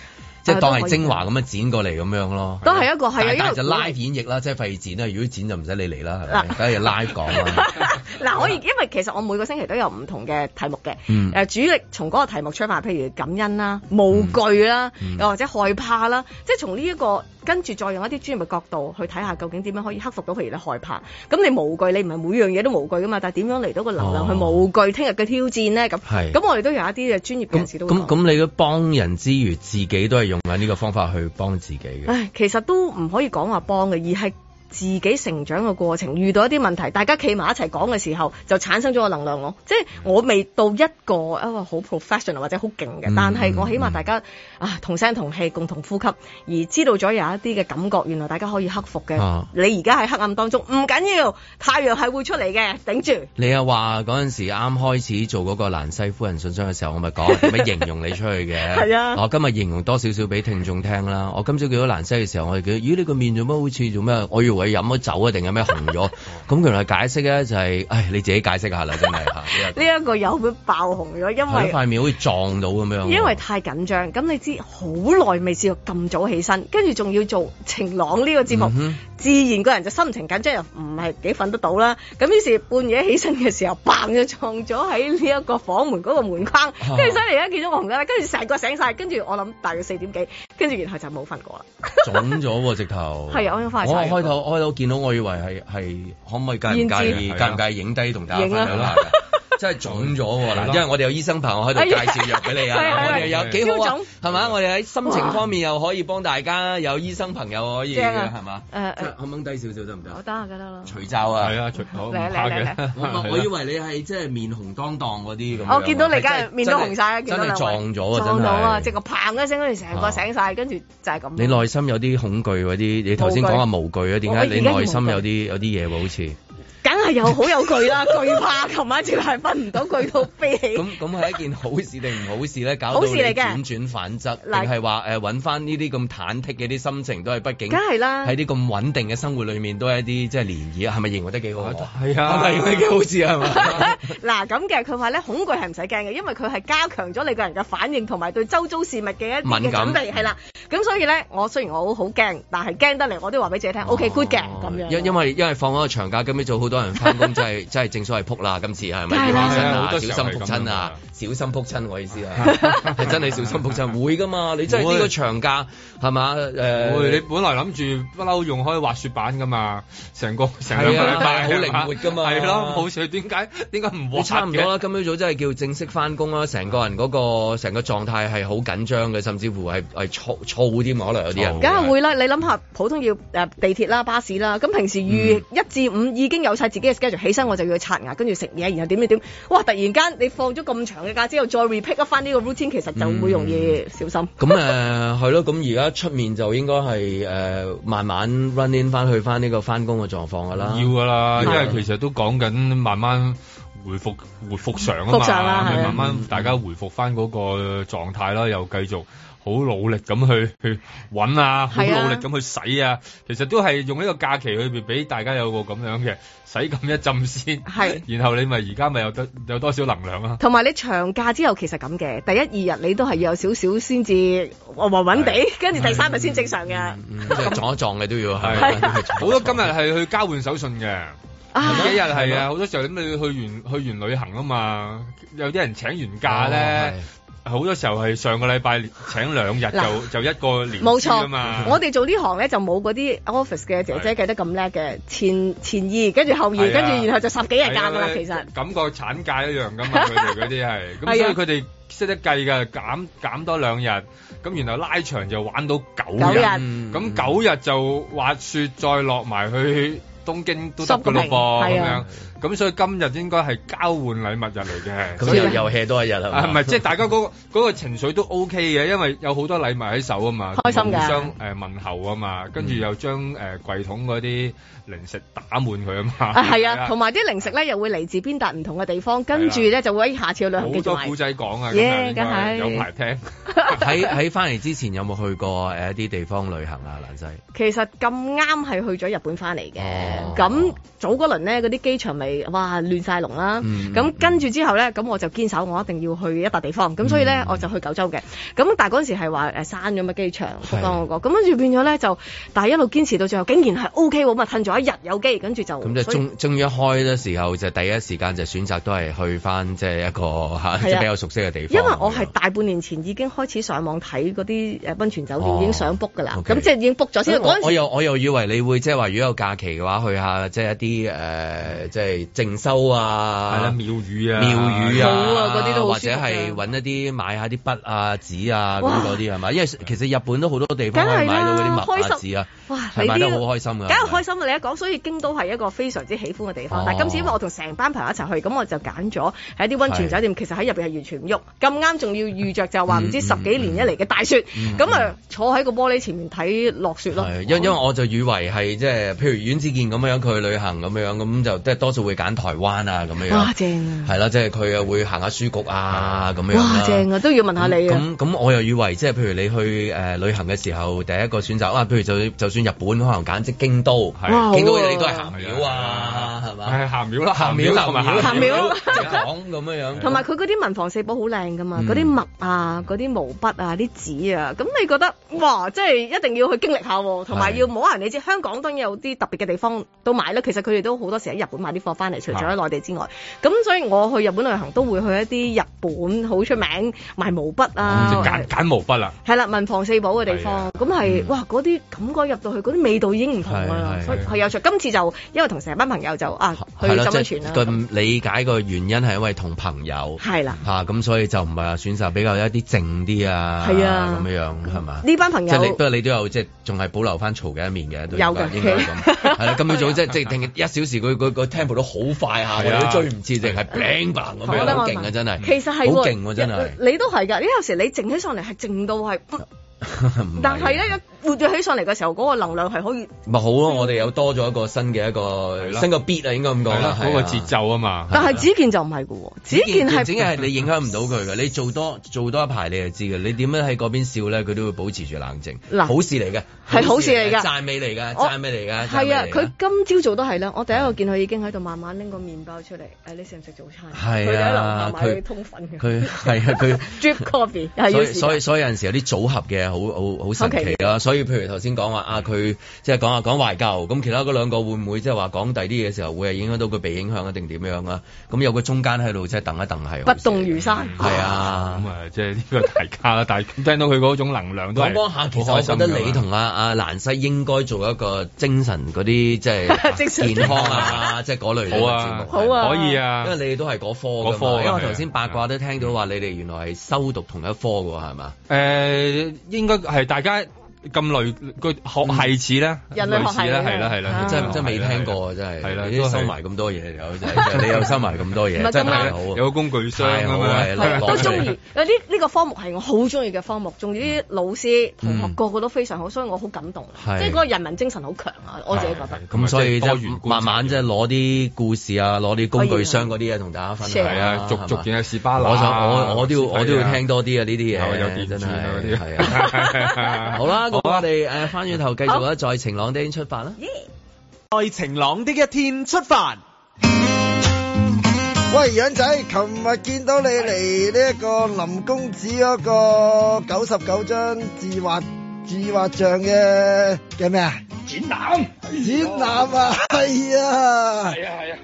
即係當係精華咁樣剪過嚟咁樣咯。都係一個係啊但因為但就 live 演繹啦，即係費事剪啦。如果剪就唔使你嚟啦，係嗱咪？梗係 live 講啦。 嗱，可以，因為其實我每個星期都有唔同嘅題目嘅，誒、呃嗯主力從嗰個題目出發，譬如感恩啦、無懼啦，嗯又或者害怕啦，即係從呢、一個跟住再用一啲專業嘅角度去睇下究竟點樣可以克服到，譬如你害怕，咁你無懼，你唔係每樣嘢都無懼噶嘛，但係點樣嚟到個能量哦去無懼聽日嘅挑戰咧？咁，係咁我哋都有一啲嘅專業人士都會講。咁咁，你都幫人之餘，自己都係用緊呢個方法去幫自己嘅。唉，其實都唔可以講話幫嘅，而係自己成長嘅過程，遇到一啲問題，大家企埋一齊講嘅時候，就產生咗個能量咯。即係我未到一個啊好 professional 或者好勁嘅嗯，但係我起碼大家、啊同聲同氣，共同呼吸，而知道咗有一啲嘅感覺，原來大家可以克服嘅。啊你而家喺黑暗當中，唔緊要，太陽係會出嚟嘅，頂住。你又話嗰陣時啱開始做嗰個蘭西夫人信箱嘅時候，我咪講點樣形容你出去 嘅。係啊我今日形容多少少俾聽眾聽啦。我今朝見到蘭西嘅時候，我哋見咦你個面做乜好似做咩？我以為飲咗酒啊，定係咩紅 咗？咁原來解釋咧就係、唉你自己解釋下啦，真係嚇。 呢一個有會爆紅咗，因係為咯塊面好似撞到咁樣。因為太緊張，咁你知好耐未試過咁早起身，跟住仲要做晴朗呢個節目，嗯哼自然個人就心情緊張，又唔係幾瞓得到啦。咁於是半夜起身嘅時候，砰就撞咗喺呢一個房門嗰個門框，啊跟住所以而家見到我紅燈啦，跟住成個醒晒，跟住我諗大約四點幾，跟住然後就冇瞓過啦。 腫咗喎，直頭。係啊我已經翻嚟我曬開頭開頭見到，我以為係係可唔可以介唔介胭意脂介唔介意影低同大家分啊享影下啦 㗎？真係腫咗喎嗱，因為我哋有醫生朋友喺度介紹藥俾你哎呀啊，我哋係係有係幾好超啊腫，係嗯嘛？我哋喺心情方面又可以幫大家，有醫生朋友可以正啊係嘛？誒即係可唔可以低少少得唔我得？得啊，得啦啦。除罩啊，係啊，除唔嚟啊怕嚟啊嘅嚟啊我我以為你係即係面紅當當嗰啲咁樣。我哦見到你而家真係面都紅晒啊！見真到係兩位撞咗啊！真係撞啊到啊！即係個砰一聲，跟住成個醒晒，跟住就係咁。你內心有啲恐懼嗰啲，你頭先講話無懼啊，點解你內心有啲有啲嘢喎？好似梗係有好有懼啦， 懼怕。琴晚直頭係瞓唔到，懼到飛起。咁咁係一件好事定唔好事咧？搞到好你事嚟嘅輾轉反側，定係話誒揾翻呢啲咁忐忑嘅啲心情，都係畢竟梗係啊啦喺啲咁穩定嘅生活裏面，都係一啲即係漣漪啊，係咪形容得幾好啊？係啊係咪形容得幾好事啊？係嘛？ 嗱咁嘅，佢話咧恐懼係唔使驚嘅，因為佢係加強咗你個人嘅反應同埋對周遭事物嘅一啲嘅敏準感備係啦。咁所以咧，我雖然我好驚，但係驚得嚟我都話俾自己聽，OK good 嘅咁樣。哦因因為因為放咗個長假，今朝早好多人翻工，真係真係正所謂撲啦，今次係咪要梗係啦起身好啊？小多時候心係撲咁親樣啊！小心撲親，我意 思啊，係真係小心撲親，會噶嘛？你真係呢個長假係嘛？會你誒。本來諗住不嬲用開滑雪板噶嘛，成個成係兩啊個禮拜好靈活㗎嘛係咯，冇事點解點解唔滑你嘅差唔多啦，今朝早真係叫正式翻工啦，成個人嗰、個成個狀態係好緊張嘅，甚至乎係係燥燥添，可能有啲人梗呃嗯係會啦，你諗下普通要誒地鐵啦、巴士啦，咁平時預一至五已經有晒自己嘅 schedule，起身我就要去刷牙，跟住食嘢，然後點點點，哇！突然間你放咗咁長嘅假之後，再 repeat 一翻呢個 routine，其實就會容易小心。咁誒係咯，咁而家出面就應該係誒慢慢 run in 翻去翻呢個翻工嘅狀況㗎啦。要㗎啦，因要㗎啦為其實都講緊慢慢回復回復常啊復常啦嘛，咪係慢慢大家回復翻嗰個狀態啦，又繼續。好努力咁去 去揾啊，好係啊努力咁去洗啊，其實都係用呢個假期去俾大家有個咁樣嘅洗咁一浸嗯先，係然後你咪而家咪有得有多少能量啊？同埋你長假之後其實咁嘅，第一二日你都係要有少少先至哦暈暈地，跟住第三日先正常嘅。嗯即係撞一撞嘅都要係係咪。好多今日係去交換手信嘅。啊呢幾日係啊，好多時候咁你去完去完旅行啊嘛，有啲人請完假咧，好、多時候係上個禮拜請兩日嗱就就一個年冇資錯啊嘛，，我哋做呢行咧就冇嗰啲 office 嘅姐姐計得咁叻嘅，前前二跟住後二，係跟啊住然後就十幾日係啊假㗎啦，其實。感覺產假一 樣噶嘛，佢哋嗰啲係，咁所係啊以佢哋識得計㗎，減減多兩日，咁然後拉長就玩到九日，九哦日嗯咁九日就滑雪再落埋去東京都得㗎咯噃，係咁樣啊，咁所以今日應該係交換禮物日嚟嘅，咁所以又又 hea 多一日係啊，嘛唔係，即係大家嗰、個嗰個情緒都 O K 嘅，因為有好多禮物喺手啊嘛，開心㗎互相誒、呃、問候啊嘛，跟住又將誒、呃、櫃桶嗰啲零食打滿佢啊啊嘛，啊，係啊，同埋啲零食咧又會嚟自邊笪唔同嘅地方，跟住咧就會喺下次去旅行好記住多買古。仔講啊，咁 Yeah，啊應該係梗係有排聽。喺喺翻嚟之前有冇去過誒一啲地方旅行啊，蘭西？其實咁啱係去咗日本翻嚟嘅，哦咁、早嗰輪咧嗰啲機場咪哇亂晒龍啦，嗯咁、跟住之後咧，咁我就堅守我一定要去一笪地方，嗯咁所以咧、我就去九州嘅，咁但係嗰陣時係話呃誒閂咗咩機場福岡嗰個，咁跟住變咗咧就，但係一路堅持到最後，竟然係 O K 喎，咁啊褪咗一日有機，跟住就咁就所以終終於開嘅時候，就第一時間就選擇都係去翻即係一個 嚇，即係比較熟悉嘅地方。啊因為我係大半年前已經開始上網睇嗰啲誒温泉酒店、哦已經想 book 㗎啦，咁 OK 即係已經 book 咗先。我嗰陣我時又我又以為你會即係話，如果有假期嘅話，去下即係一啲誒、呃即係靜修啊，係啦廟宇啊廟宇啊，好啊嗰啲都好或者係舒服揾一啲買下啲筆啊、紙啊咁哇嗰啲係咪？因為其實日本都好多地方梗可以係買到嗰啲啦，墨啊、開心紙啊，哇！係你買呢得個好開心㗎。梗係開心啊！你一講，所以京都係一個非常之喜歡嘅地方。哦但係今次因為我同成班朋友一齊去，咁我就揀咗喺啲温泉酒店，其實喺入邊係完全唔喐。咁啱仲要遇着就話唔知十幾年一嚟嘅大雪嗯，咁啊坐喺個玻璃前面睇落雪咯。係因因為我就以為係即係，譬如阮之健咁樣，佢去旅行咁樣，咁就即係多數會揀台灣啊咁樣。哇正啊！係啦，即係佢啊會行下書局啊咁樣啦。哇正啊！都要問下你啊！咁咁，我又以為即係譬如你去誒、呃旅行嘅時候，第一個選擇啊，譬如就就算日本可能揀即京都，哇京都好啊你都係行廟啊，係嘛？係行廟啦行行廟廟同埋行行廟廟，即係講咁樣 樣。同埋佢嗰啲文房四寶好靚噶嘛，嗯嗰啲墨啊、嗰啲毛筆啊、啲紙啊，咁你覺得哇，即係一定要去經歷下喎，同埋係要冇人你知香港當然有啲特別嘅地方都買啦，其實佢哋都好多時喺日本買啲貨翻嚟，除咗喺內地之外，咁所以我去日本旅行都會去一啲日本好出名賣毛筆啊，就或者揀揀毛筆啦，係啦，文房四寶嘅地方，啊咁係哇嗰啲感覺入到去，嗰啲味道已經唔同㗎啦嗯係，係所以係有趣。今次就因為同成班朋友就啊去係啦浸溫即泉啦啊係，個理解個原因係因為同朋友係啦。嚇咁，所以就唔係話選擇比較一啲靜啲啊，係啊咁樣樣係嘛？呢班朋友即係你不過你都有即係仲係保留翻嘈嘅一面嘅，都應該有嘅應該係 咁。係啦，今朝早即係即係定一小時，佢佢個 tempo 都好快下，我係啊哋都追唔切，淨係 bang bang 咁樣，好勁啊真係。其實係喎好勁喎真係。啊你都係㗎，你有時你靜起上嚟係靜到係，唔但係咧活躍起上嚟嘅時候，嗰個能量係可以。咪好咯，我哋有多咗一個新嘅一個啦新個 beat 啊，應該咁講係啦啦，係啊嗰個節奏啊嘛。但係子健就唔係㗎喎，子健係啊只係你影響唔到佢嘅，你做多做多一排你就知嘅。你點樣喺嗰邊笑咧，佢都會保持住冷靜。嗱好事嚟嘅，係好事嚟㗎讚美嚟㗎，我讚美嚟㗎，讚美係啊嚟，㗎佢今朝早都係啦。我第一個見佢已經喺度慢慢拎個麵包出嚟，誒你食唔食早餐？佢係就喺樓啊下，買佢佢通粉嘅。佢係啊，佢 drip coffee 係所要時以所以間。所以有陣時有啲組合嘅好好好神奇啦。所以譬如頭先講話啊，佢即係講下講懷舊，咁其他嗰兩個會唔會即係話講第啲嘢嘅時候會係影響到佢被影響啊，定點樣啊？咁有個中間喺度即係等一等係不動如山。係啊。咁啊，即係呢個大家啦，但係聽到佢嗰種能量都係講啊講下，其實我覺得你同阿阿蘭西應該做一個精神嗰啲 即精係神健康 啊，即係嗰類嘅好節啊目。，好啊可以啊，因為你哋都係嗰科㗎嗰科嘛，啊因為係我啊頭先八卦都聽到話你哋原來係修讀同一科㗎喎，係嘛？誒、應該係大家咁類個學系似咧，人類學系咧，嚟嘅係啦係啦啊，嗯真係真係未聽過啊！真係，嗯係啦你都都係收埋咁多嘢，有 真係你又收埋咁多唔係嘢，真咁係啱好啊！有個工具箱太咁好啊係樣，啦都中意。呢呢個科目係我好中意嘅科目，仲要嗯啲老師同學個個都非常好，所以我好感動。即係係嗰個人民精神好強啊！我自己覺得。咁所以即多元係慢慢即係攞啲故事啊，攞啲工具箱嗰啲嘢同大家分享 Share 係啊，逐係嘛逐件係士巴拿，我想我我都要士巴拿我都要聽多啲啊呢啲有嘢，有電真鑽啊嗰係啲係 啊。好啦，咁好啊我哋誒翻轉頭繼續啦，在晴朗的一天出發啦。在晴朗的一天出發。喂，樣仔，琴日見到你嚟呢一個林公子嗰個九十九張自畫自畫像嘅嘅咩啊？展覽，展覽啊，係啊，哎係啊，係啊。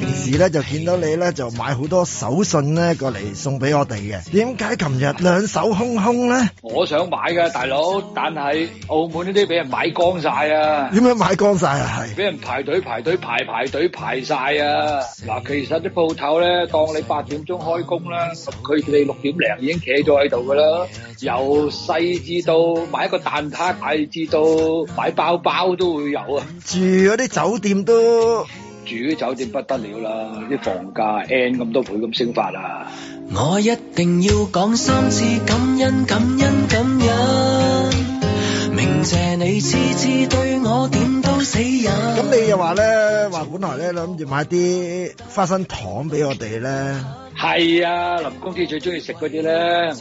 平時咧就見到你咧就買好多手信咧過嚟送俾我哋嘅，點解琴日兩手空空咧？我想買㗎，大佬，但係澳門呢啲俾人買光晒 啊！點樣買光晒啊？係俾人排隊排隊排排隊排晒啊！嗱，其實啲鋪頭咧，當你八點鐘開工啦，咁佢哋六點零已經企咗喺度噶啦。由細至到買一個蛋撻，大至到買包包都會有啊！住嗰啲酒店都住啲酒店不得了啦，啲房價 N 咁多倍咁升法啊！我一定要講三次感恩感恩感恩，明謝你次次對我點都死人。咁你又話咧話本來咧諗住買啲花生糖俾我哋咧，係啊，林公子最中意食嗰啲咧，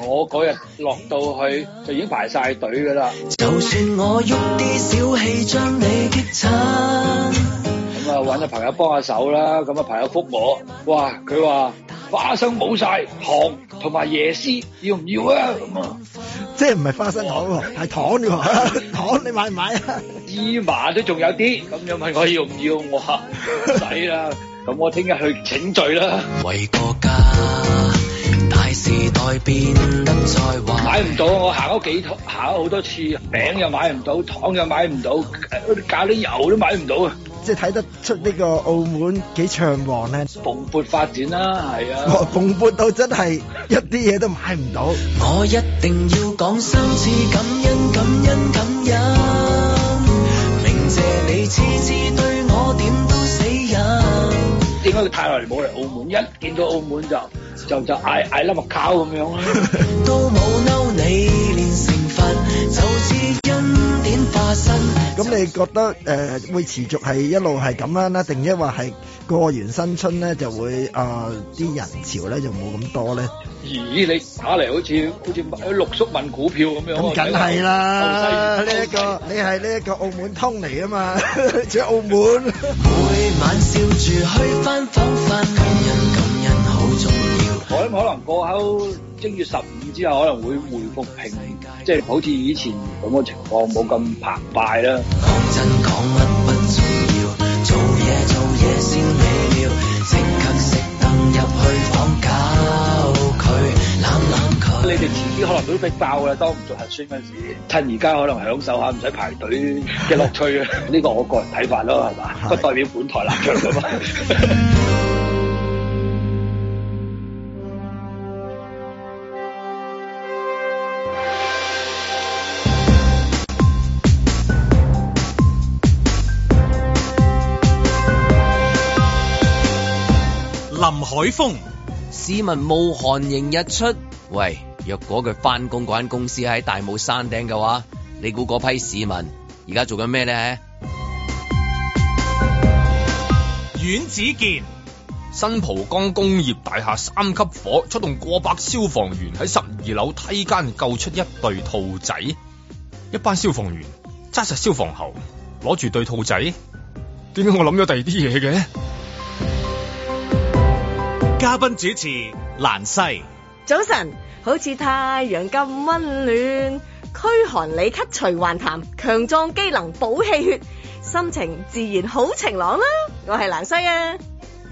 我嗰日落到去就已經排晒隊㗎啦。就算我喐啲小氣將你激親，咁啊揾個朋友幫下手啦，咁啊朋友覆我，哇佢話花生冇晒，糖同埋椰絲要唔要啊？咁啊即係唔係花生糖喎，係糖啫喎，糖你買唔買啊？芝麻都仲有啲，咁樣問我要唔要，我話唔使啦，咁我聽日去請罪啦。為國家大時代變得再買壞。唔到，我行咗幾趟，行咗好多次，餅又買唔到，糖又買唔到，誒咖喱油都買唔到啊！即係睇得出呢個澳門幾暢旺咧，蓬勃發展啦，係啊。我蓬勃到真係一啲嘢都買唔到。 我一定要講三次感恩感恩感恩，明謝你次次對我點都死人。應該太耐冇嚟澳門，一見到澳門就就就嗌嗌粒麥烤咁樣啦。都冇嬲你，連成佛就似恩典化身。咁你覺得誒、呃、會持續係一路係咁樣啦，定抑或係過完新春咧就會啊啲、人潮咧就冇咁多咧？咦，你打嚟好似好似喺六叔問股票咁樣喎。咁梗係啦，後呢世一、個你係呢一個澳門通嚟啊嘛，住喺澳門。每晚笑住去翻房瞓，感恩感恩好重要。我諗可能過後正月十五之後，可能會回復平，即係好似以前咁嘅情況，冇咁澎湃啦。講真講乜不重要，做嘢做嘢先美妙。即刻熄燈入去房搞佢，攬攬佢。你哋遲啲可能都逼爆啦，當唔做核酸嗰陣時，趁而家可能享受下唔使排隊嘅樂 趣啊！呢個我個人睇法咯，係嘛？不代 表本台立場㗎嘛。林海峰，市民冇寒迎日出。喂，若果佢翻工嗰間公司喺大帽山頂嘅話，你估嗰批市民而家做緊咩咧？阮子健，新蒲江工業大廈三級火，出動過百消防員喺十二樓梯間救出一對兔仔。一班消防員揸實消防喉，攞住對兔仔。點解我諗咗第二啲嘢嘅？嘉賓主持蘭西，早晨，好似太陽咁溫暖，驅寒理咳除環痰，強壯機能補氣血，心情自然好晴朗啦。我係蘭西啊。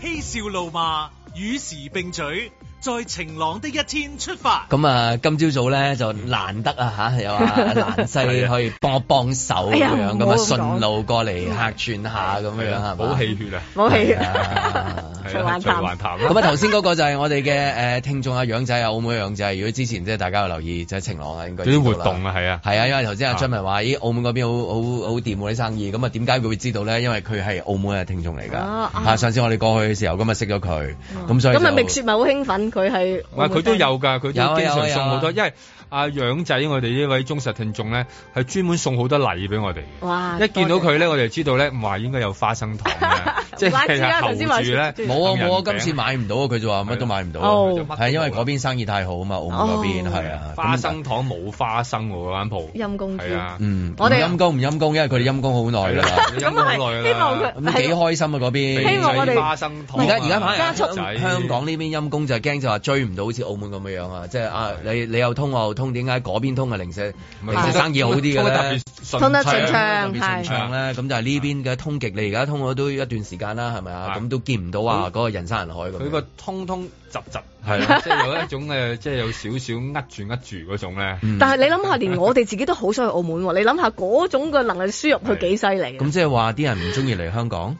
嬉笑怒罵，與時並舉，在晴朗的一天出發。咁啊，今朝早咧就難得啊吓，有啊蘭西可以幫一幫手咁哎呀樣，唔咁好啊咁順路過嚟客串下咁樣係嘛？好氣血啊！冇氣係啊係啊徐環談啦咁啊，頭先嗰個就係我哋嘅誒聽眾阿楊仔啊，澳門嘅楊仔。如果之前即係大家有留意，就係晴朗啊，應該有啲活知道啦動啊，係啊，係啊，因為頭先阿張文話：咦，澳門嗰邊好好好掂喎啲生意。咁啊，點解佢會知道咧？因為佢係澳門嘅聽眾嚟㗎。啊啊啊上次我哋過去嘅時候，咁啊識咗佢，咁所以咁咪就蜜雪咪好興奮，佢係唔係佢都有㗎，佢都有啊經常有啊有送啊好多，因為阿楊仔我哋呢位忠實聽眾咧，係專門送好多禮俾我哋。哇！一見到啊多謝佢咧，我哋就知道咧，唔係應該有花生糖 嘅，即怪之啦係啊頭後先話住咧。冇啊冇杏啊，仁餅今次買唔到啊！佢就話乜都買唔到啊，哦係因為嗰邊生意太好啊嘛，澳門嗰邊係啊，咁花生糖冇花生喎嗰間鋪。陰公豬係啊，嗯，我哋唔陰公唔陰公，因為佢哋陰公好耐㗎啦，陰公好耐希望啦。佢咁幾開心啊嗰邊。希望我哋花生糖啊。啊而家而啊家反而加速啊香香港呢邊陰公就係驚就話追唔到好似澳門咁樣樣啊！即係啊，你你又通我又通，點解嗰邊通啊嘅零舍唔係零舍生意好啲嘅通得特咧別？啊順通得暢順暢特別順暢咧，咁就係呢邊嘅通極，你而家通咗都一段時間啦，係咪啊？係咁都見唔到啊，嗰個人山人海咁樣。佢個通通雜雜係啊係啦， 即係有一種誒，即係有少少呃住呃住嗰種咧。嗯但係你諗下，連我哋自己都好想去澳門喎。你諗下嗰種嘅能力輸入去幾犀利啊咁即係話啲人唔中意嚟香港，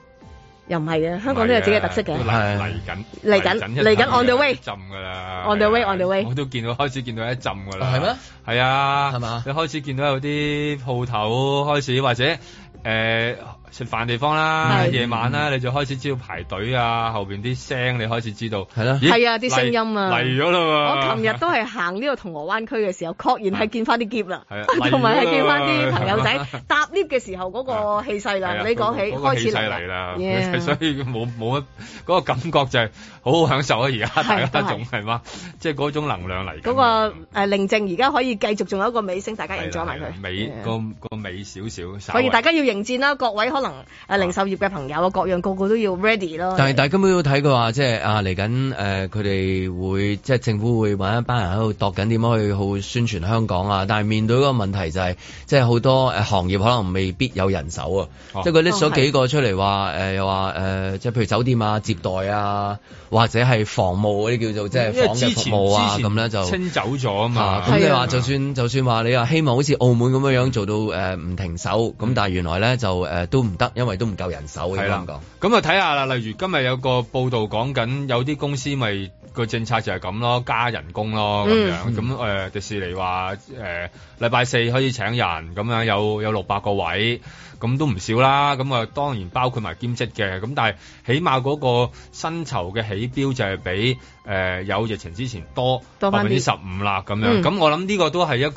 又唔係嘅，香港都有自己嘅特色嚟嘅。嚟緊嚟緊一嚟緊 on the way 一浸㗎啦 On the way on the way 我都見到開始見到一浸㗎啦，哦係咩？係啊，係嘛你開始見到有啲鋪頭開始或者誒、呃食飯地方啦，係夜晚啦，你就開始知道排隊啊，後邊啲聲你開始知道係啦咦係啊啲聲音啊嚟嚟咗啦喎！我琴日都係行呢個銅鑼灣區嘅時候，確然係見翻啲劫啦係啊， 同埋係見翻啲嚟啦朋友仔搭 lift 嘅時候嗰個氣勢係啦。啊你講起嗰個開始氣勢嚟嚟啦 Yeah 所以冇冇乜嗰個感覺就係好好享受啊！而家大係家都係仲係嘛，即係嗰種能量嚟緊嗰個誒寧靜，而家可以繼續仲有一個尾聲，大家係啦 enjoy 埋啊係啦啊佢。尾 Yeah 個個尾少少，稍所以微大家要迎戰啦，各位可能誒零售業嘅朋友啊，各樣個個都要 ready 咯。哦但係大家都睇佢話，即係啊嚟緊誒，佢哋會即係政府會揾一班人喺度度緊點樣去好宣傳香港啊。但係面對嗰個問題就係、即係好多誒行業可能未必有人手啊。哦即係佢拎哦咗係幾個出嚟話誒，又話誒，即係譬如酒店啊、接待啊，或者係房務嗰啲叫做即係嗯因為房之嘅前服務啊，之前咁咧就清走咗啊嘛啊，。咁你係啊話就算就算話你話希望好似澳門咁樣樣做到誒唔停手，咁但係原來咧就誒都唔得，因為都唔夠人手嘅嗯係啦香港。咁啊睇下啦，例如今日有個報道講緊，有啲公司咪個政策就係咁咯，加人工咯咁樣。嗯咁誒、呃迪士尼話誒禮拜四可以請人，咁樣有有六百個位，咁都唔少啦。咁啊當然包括埋兼職嘅，咁但係起碼嗰個薪酬嘅起標就係比誒有疫情之前多多百返分之啲十五啦咁樣。嗯咁、我諗呢個都係一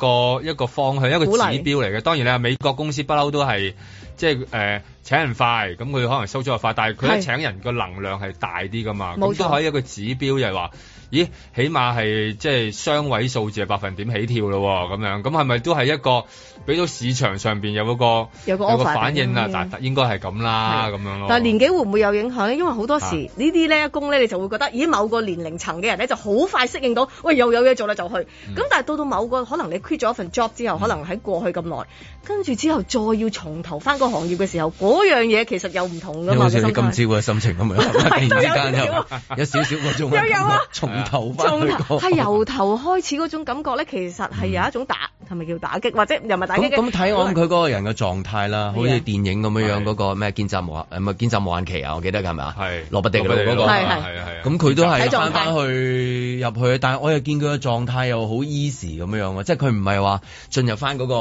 個一個方向，一個指鼓勵標嚟嘅。當然你話美國公司不嬲都係。即係誒、呃、請人快，咁佢可能收咗入快，但係佢係一請人個能量係大啲噶嘛，冇咁錯都可以一個指標就係話，咦，起碼係即係雙位數字係百分點起跳咯喎，咁樣，咁係咪都係一個俾到市場上邊有嗰個有個有個 offer 嗯反應啊？定但但應該係咁啦，係咁哦樣咯。但係年紀會唔會有影響咧？因為好多啊時呢啲咧工咧，你就會覺得，咦某個年齡層嘅人咧就好快適應到，喂又有嘢做啦就去。咁、嗯但係到到某個可能你 quit 咗一份 job 之後，可能喺過去咁耐，跟住之後再要從頭翻個行業嘅時候，嗰樣嘢其實又唔同因為㗎嘛好嘅似心你今朝態。嘅心 情咁樣，突然之間有少又有少少嗰種又有啊從頭翻從去頭過 係由頭開始嗰種感覺咧，其實係有一種打，係咪叫打擊，或者又唔係打擊嘅咁嗯啊咁睇我諗佢嗰個人嘅狀態啦，好似電影咁樣係樣嗰個咩見習無限誒唔係見習無限期啊，我記得係咪啊？係羅拔迪路嗰個係係係係啊咁佢都係睇狀態翻翻去入去，但係我又見佢嘅狀態又好 easy 咁樣樣喎，即係佢唔係話進入翻嗰個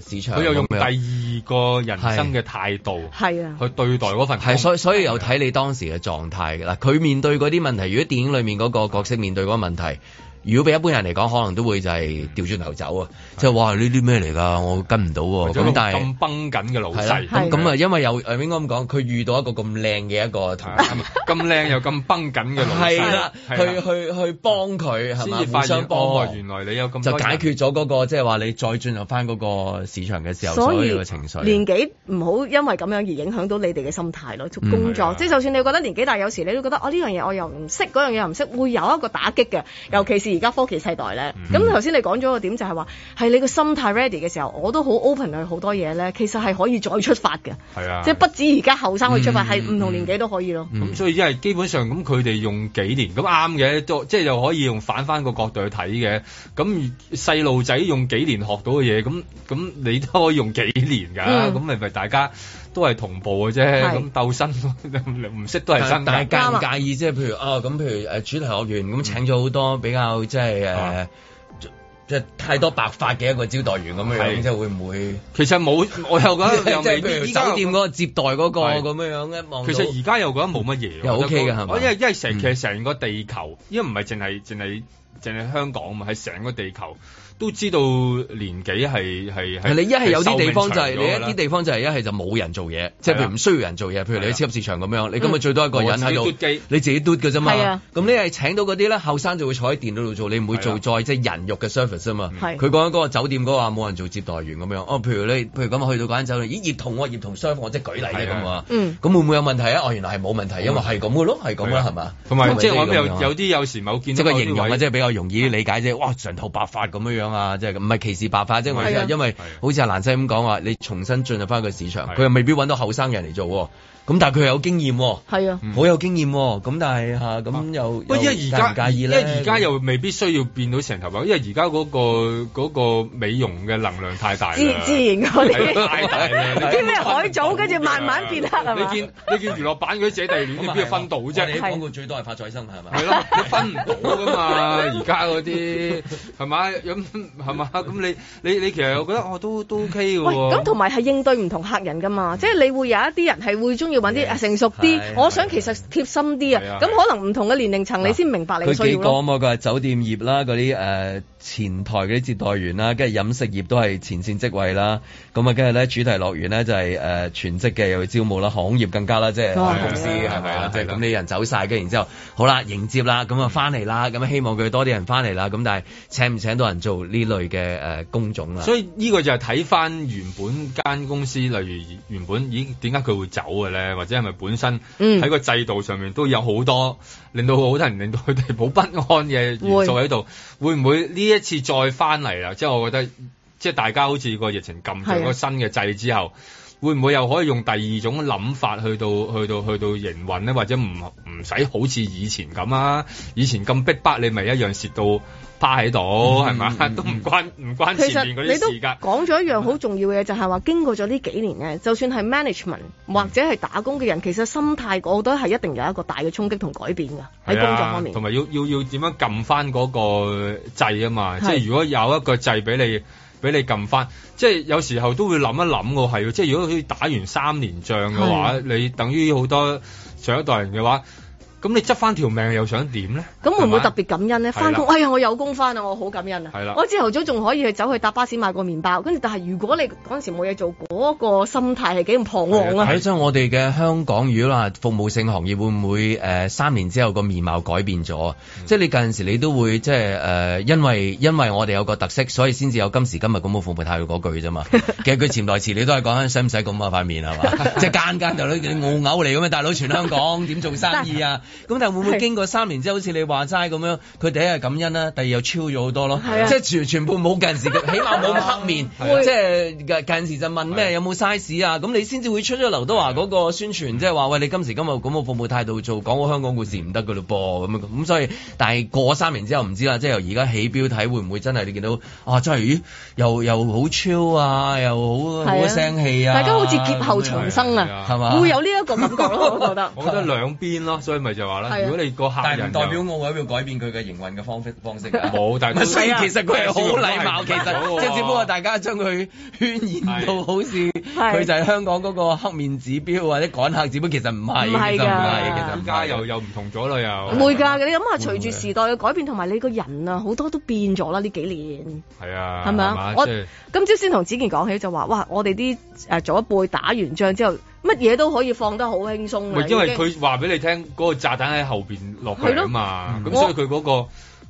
誒市場咁樣。佢又用第二個人生嘅態度係啊，去對待嗰份工，係，所以所以又睇你當時嘅狀態嘅啦。佢面對嗰啲問題，如果電影裏面嗰個角色面對嗰個問題，如果俾一般人嚟講，可能都會就係調轉頭走啊，即係哇呢啲咩嚟㗎？我跟唔到或喎。者一個咁但係咁崩緊嘅老係啦細，，咁咁啊，因為有誒應該咁講，佢遇到一個咁靚嘅一個 同係啊咁咁靚又咁崩緊嘅老細，係啦，去係啦去去幫佢係先嘛，至互發相現幫哦，忙原來你有咁就多解人決咗嗰個即係話你再進入翻嗰個市場嘅時候所所以有嘅情緒。年紀唔好因為咁樣而影響到你哋嘅心態咯，做嗯工係作啊即係就算你覺得年紀大，有時你都覺得哦呢樣嘢我又唔識，嗰樣嘢又唔識，會有一個打擊嘅。尤其是而而家科技世代咧，嗯咁頭先你講咗個點就係話，係你個心態 ready 嘅時候，我都好 open 去好多嘢咧，其實係可以再出發嘅，係啊，即係不止而家後生去出發，嗯係唔同年紀都可以咯。嗯咁所以因為基本上咁佢哋用幾年咁啱嘅，都即係又可以用反翻個角度去睇嘅。咁細路仔用幾年學到嘅嘢，咁咁你都可以用幾年㗎。嗯咁咪咪大家都係同步嘅啫。係咁鬥新唔識都係嗯新㗎。但係介唔介意即係譬如啊咁，譬如誒主題學員咁請咗好多比較即係啊誒即係太多白髮嘅一個招待員咁樣樣，係即係會唔會？其實冇，我又覺得又即未係譬如必依家酒店嗰個接待嗰個係咁樣樣咧，望到嗯其實而家又覺得冇乜嘢喎，又 OK 嘅係嘛嗯我因為因為成其實成個地球，因為唔係淨係淨係淨係香港嘛，係成個地球都知道年紀係係係你一係有啲地方就壽係你命長咗㗎一啦啊啲地方就係一係就冇人做嘢，即係譬如唔需要人做嘢，譬如你喺超級市場咁樣，你今日嗯最多一個人喺我自己嘟度機，你自己嘟嘅啫嘛。係啊咁你係請到嗰啲咧，後生就會坐喺電腦度做，你唔會做啊再即係人肉嘅 service 啊嘛。係佢講緊嗰個酒店嗰個話冇人做接待員咁樣，哦，譬如你譬如咁去到嗰間酒店，咦葉同喎葉同相我即係舉例啫咁啊。嗯咁會唔會有問題啊？哦，原來係冇問題，因為係咁嘅咯，係咁啦，係嘛？啊同埋即係我諗咁樣有樣啊有啲有時某見即到係個某形啲容啊，位即係比較容易理解啫。哇，長頭白髮咁樣樣啊，即係唔係歧視白髮？即係我意思係係啊因為好似阿蘭西咁講話，你重新進入翻個市場，佢又未必揾到後生人嚟做喎。咁但係佢有經驗喎，係啊，好有經驗喎。咁但係嚇咁又嗯啊喂，因為又而介唔家介意因咧？為而家又未必需要變到成頭髮，因為而家嗰個嗰個美容嘅能量太大啦，自自然嗰係啊太大 啦啲，你啲咩海藻，跟住慢慢變黑係你嘛？見你見娛樂版嗰啲姐弟戀，你邊度分到啫？啊你廣告最多係啊發再生係咪？係咯，你分唔到噶嘛？而家嗰啲係嘛？咁係嘛？咁你你你其實我覺得我都都 OK 嘅喂，喎。嗯咁同埋係應對唔同客人噶嘛，即係你會有一啲人係會中意揾啲啊成熟啲係，我想其實貼心啲係啊，啊咁可能唔同嘅年齡層你先明白你佢需幾要個啊咯。嘛？佢話酒店業啦，嗰啲誒前台嗰啲接待員啦，跟住飲食業都係前線職位啦。咁啊，跟住咧主題樂園咧就係、誒、全職嘅又要招募啦，航空業更加啦，即係哦航空公司係啊係咪係啊啊？即係咁你人走晒，跟住然之後好啦，迎接啦，咁啊翻嚟啦，咁希望佢多啲人翻嚟啦。咁但係請唔請到人做呢類嘅誒工種啦？所以呢個就係睇翻原本間公司，例如原本咦點解佢會走嘅咧，或者係咪本身嗯喺個制度上面都有好多令到好多人令到佢哋好不安嘅元素會喺度，會唔會呢一次再翻嚟啦？即係我覺得，即係大家好似個疫情撳係啊咗個新嘅掣之後。會唔會又可以用第二種諗法去到去到去到營運咧，或者唔唔使好似以前咁啊？以前咁逼迫你咪一樣蝕到趴喺度係嘛？ 都唔關唔關其前實面嗰你啲都事㗎。講咗一樣好重要嘅嘢，就係話經過咗呢幾年咧，就算係 management 嗯或者係打工嘅人，其實心態我覺得係一定有一個大嘅衝擊同改變㗎喺工作方係啊面。同埋要要要點樣撳翻嗰個掣啊嘛！即係係如果有一個掣俾你俾你撳翻，即係有時候都會諗一諗喎，係喎即係如果好似打完三年仗嘅話，你等於好多上一代人嘅話，咁你執翻條命又想點咧？咁會唔會係特嘛別感恩咧？係啦翻工，哎呀，我有工翻啊，我好感恩啊！係啦我朝頭早仲可以去走去搭巴士買個麵包，跟住但係如果你嗰陣時冇嘢做，嗰、個心態係幾咁彷徨啊！睇真我哋嘅香港，如果話服務性行業會唔會誒、呃三年之後個面貌改變咗？啊即係你近陣時你都會即係誒、呃因為因為我哋有個特色，所以先至有今時今日咁嘅服務態度嗰句啫嘛。其實佢潛台詞你都係講緊使唔使咁啊塊面係嘛？即係間間就你你傲牛嚟咁啊，大佬全香港點做生意啊？咁但係會唔會經過三年之後，好似你話齋咁樣，佢第一係感恩啦，第二又超咗好多咯係啊，即係全全部冇近陣時嘅，起碼冇黑面，係啊即係近近陣時就問咩有冇 size 啊？咁你先至會出咗劉德華嗰個宣傳，即係話喂你今時今日咁嘅服務態度做講好香港故事唔得㗎咯噃咁樣咁，所以但係過三年之後唔知啦，即係由而家起標睇會唔會真係你見到啊真係咦又又好超啊，又好好係啊聲氣啊，大家好似劫後重生咁樣啊，係嘛？會有呢一個感覺 咯，我覺得。我覺得兩邊咯，所以咪就話啦，係啊如果你個客但係人唔代表我喺度改變佢嘅營運嘅方式方式啊 冇但係唔所以係啊其實佢係好禮貌，係其實即係只不過大家將佢渲染到好似佢就係香港嗰個黑面指標或者趕客指標，其實唔係，唔係㗎其實唔係，其實而家又又唔同咗啦又。會㗎，你諗下，隨住時代嘅改變，同埋你個人啊，好多都變咗啦。呢幾年係啊，係咪係嘛啊？我即係今朝先同子健講起就話，哇！我哋啲誒早一輩打完仗之後，乜嘢都可以放得好輕鬆唔啦係因為已經佢話俾你聽嗰、個炸彈喺後邊落嚟啊嘛，係咯咁我所以佢嗰、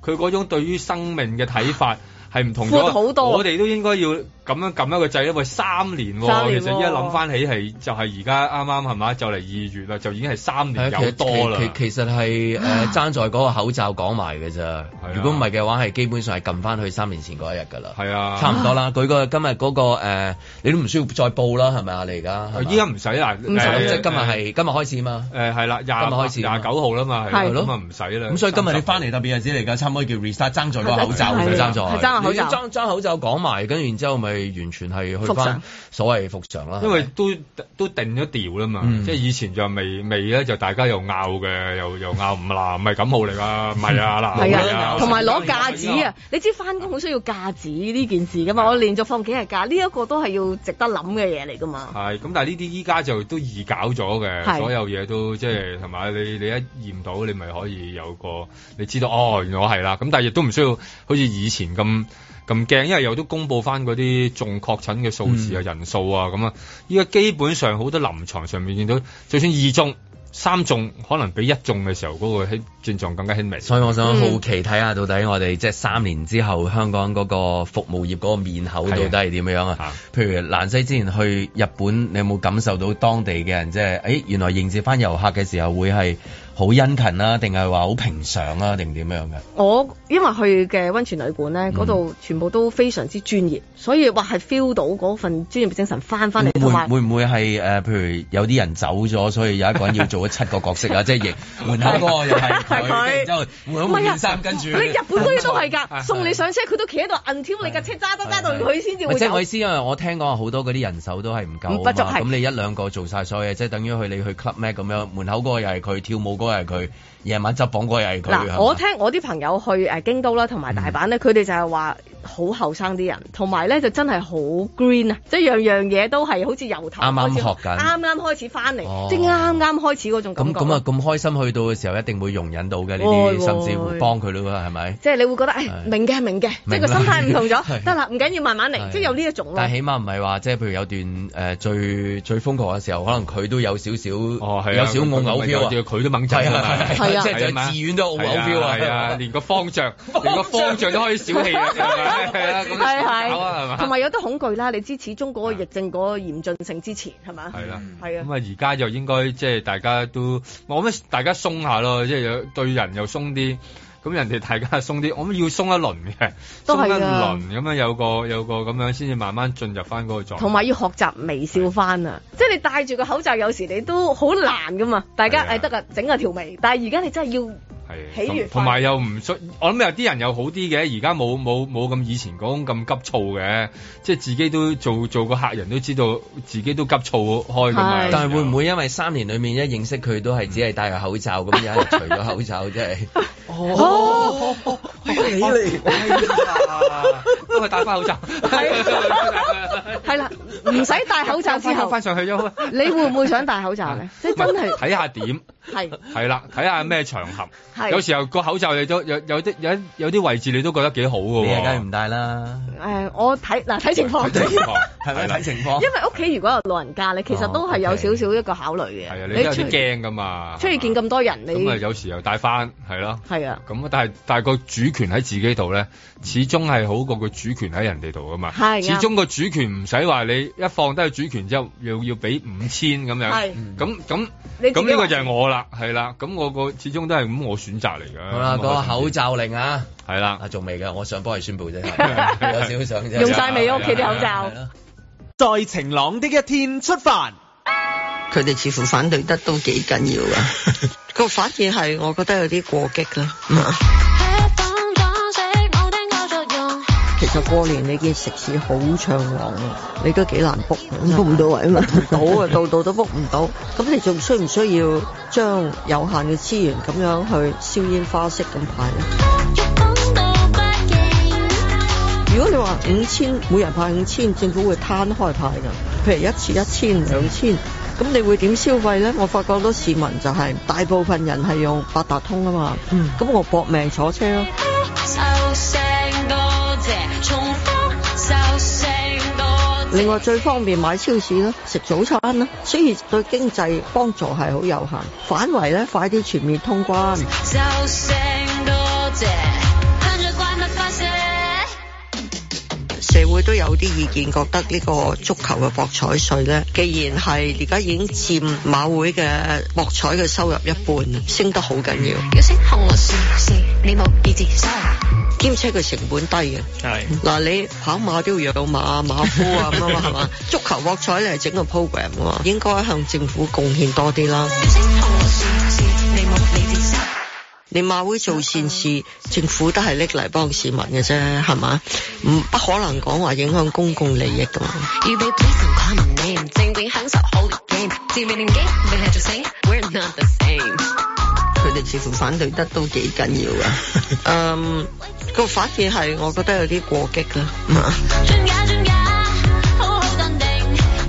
個佢嗰種對於生命嘅睇法係唔同闊咗好多我哋都應該要咁樣撳一個掣咧，喂三年喎、三年喎其實依家諗翻起係就係而家啱啱係嘛，就嚟二月啦，就已經係三年係有啊其實多啦其。其其實係誒爭在嗰個口罩講埋嘅啫。如果唔係嘅話，係基本上係撳翻去三年前嗰一日㗎啦。啊係啊差唔多啦。佢個今日嗰個誒，你都唔需要再報啦，係咪啊？你而家係嘛依家唔使啦，唔使誒即係今日係今日開始嘛。誒係啦，廿今日開始啊廿九號啦嘛，係係咯咯，咁啊唔使啦。咁所以今日你翻嚟特別日子嚟㗎，差唔多叫 restart 爭在個口罩係係係㗎，爭在爭口罩你爭爭口罩講埋，跟住然之後咪完全係去復翻常所謂復常啦。因為都都定咗調啦嘛，即係以前就未未咧，就大家又拗嘅，又又拗唔啦，唔係感冒嚟㗎，唔係啊嗱，係唔係啊，同埋攞架子啊！你知翻工好需要架子呢件事噶嘛？我連續放幾日假，呢一個都係要值得諗嘅嘢嚟噶嘛？係，咁但係呢啲依家就都易搞咗嘅，係所有嘢都即係同埋你你一驗到，你咪可以有個你知道哦，原來我係啦。咁但係亦都唔需要好似以前咁咁驚，因為又都公佈翻嗰啲重確診嘅數字啊、嗯人數啊咁啊。依家基本上好多臨床上面見到，就算二中、三中，可能比一中嘅時候嗰個輕症狀更加輕微。所以我想嗯好奇睇下到底我哋即係三年之後香港嗰個服務業嗰個面口到底係點樣啊？譬如蘭西之前去日本，你有冇感受到當地嘅人即係誒原來迎接翻遊客嘅時候會係好殷勤啦、定係話好平常啊，定點樣嘅？我因為去嘅温泉旅館咧，嗰嗯度全部都非常之專業，所以哇係 feel 到嗰份專業精神翻翻嚟，同埋會會唔會係誒、呃譬如有啲人走咗，所以有一個人要做咗七個 角色啊？即係迎門口嗰個又係係佢佢，然之後換咗件衫，跟住你日 本嗰啲都係係㗎，送你上車佢都企喺度摁挑你架車揸得揸到佢先至唔係會即係走我意。思，因為我聽講好多嗰啲人手都係唔夠啊嘛唔不足係咁你一兩個做晒所有嘢，即係等於去你去 club 咩咁樣，門口嗰個又係佢，跳舞嗰個又係佢，夜晚執房嗰個又係佢。嗯係嘛嗱，我聽我啲朋友去誒京都啦，同埋大阪咧，佢哋就係話好後生啲人，同埋咧就真係好 green 啊，即係樣樣嘢都係好似由頭啱開啱始學緊啱啱開始翻哦嚟，即係啱啱開始嗰種咁感覺。咁啊，咁開心去到嘅時候，一定會容忍到嘅呢會啲，會甚至乎幫佢咯，係咪？即係你會覺得誒係明嘅明嘅，即係個明啦心態唔同係咗，得啦，唔緊要，慢慢嚟係，即係有呢一種咯但。係起碼唔係話，即係譬如有段誒、呃最最瘋狂嘅時候，可能佢都有少少，係啊有少澳牛佢 feel 啊，佢佢都掹震係㗎啊嘛係啊，即係係嘛自願都澳牛 feel 啊，係啊，連個 方丈，連個方丈都可以小氣啊，係係啊，咁搞啊，係嘛係，？同埋有得恐懼啦。你知始終嗰個疫症嗰個嚴峻性之前係嘛？係啦，係啊咁。啊而家就應該即係大家都，我諗大家鬆下咯，即係有對人又鬆啲，咁人哋大家鬆啲，我諗要鬆一輪嘅，都鬆係一㗎輪咁樣有個有個咁樣先至慢慢進入翻嗰個狀態。同埋要學習微笑翻啊！即係你戴住個口罩，有時你都好難噶嘛。大家誒哎得噶，整下條眉。但係而家你真係要喜同悅翻。同埋又唔需，我諗有啲人又好啲嘅，而家冇冇冇咁以前嗰種咁急躁嘅，即係自己都做做個客人都知道自己都急躁開咁嘛。但係會 唔會因為三年裏面一認識佢都係只係戴個口罩咁，有一日除咗口罩即係哦，你嚟幫佢戴翻口罩，係啦，唔使戴 口罩之 後，翻上去咗。你會唔會想戴口罩咧？即係真係睇下點？係係啦，睇下咩場合。係有時候個口罩你都有有啲有有啲位置你都覺得幾好嘅喎。你 梗係唔戴啦，誒，我睇嗱睇情況。睇情況係咪係啦睇情況？ 因為屋企如果有老人家咧，其實都係有少少一個考慮嘅。係啊，你都有出啲驚㗎嘛。出去見咁多人，你咁啊，有時又戴翻係咯。係啊。咁但係但係個主權喺自己度咧，始終係好過個主權喺人哋度噶嘛。係啱始終個主權唔使話你一放低個主權之後，要要俾五千咁樣。係咁咁你自己咁呢個話就係我啦，係啦。咁我個始終都係咁我選擇嚟嘅。好啦，咁嗰我個開心口啲罩令啊，係啦，啊仲未㗎，我想幫你宣 佈啫，有少少想啫，用晒未啊屋企啲係口啦罩在晴朗的一天出發。佢哋似乎反對得都幾緊要 啊。個反應係我覺得有啲過激啦。其實過年你見食肆好暢旺啊，你都幾難 book，book 唔到位啊嘛，唔到啊，度度都 book 唔到。咁你仲需唔需要將有限嘅資源咁樣去燒煙花式咁派咧？如果你話五千，每人派五千，政府會攤開派㗎。譬如一次一千、兩千，咁你會點消費咧？我發覺好多市民就係、大部分人係用八達通啊嘛，咁、我搏命坐車咯。另外最方便買超市啦，食早餐啦，所以對經濟幫助係好有限。反為咧，快啲全面通關。社會都有啲意見覺得呢個足球嘅博彩税呢，既然係而家已經佔馬會嘅博彩嘅收入一半，升得好緊要。要升紅我試試，你冇意志，兼且佢成本低嘅。係嗱，你跑馬都要養馬馬夫啊咁啊嘛，係嘛？足球博彩你係整個 program 喎，應該向政府貢獻多啲啦。你馬會做善事，政府都係拎嚟幫市民嘅啫，係嘛？唔不可能講話影響公共利益噶嘛。 You be pleasing common name，正正享受好嘅 game，自命年紀，命係做死，We're not the same。佢哋似乎反對得都幾緊要噶。嗯，個反應係我覺得有啲過激啦。真假真假，好好淡定。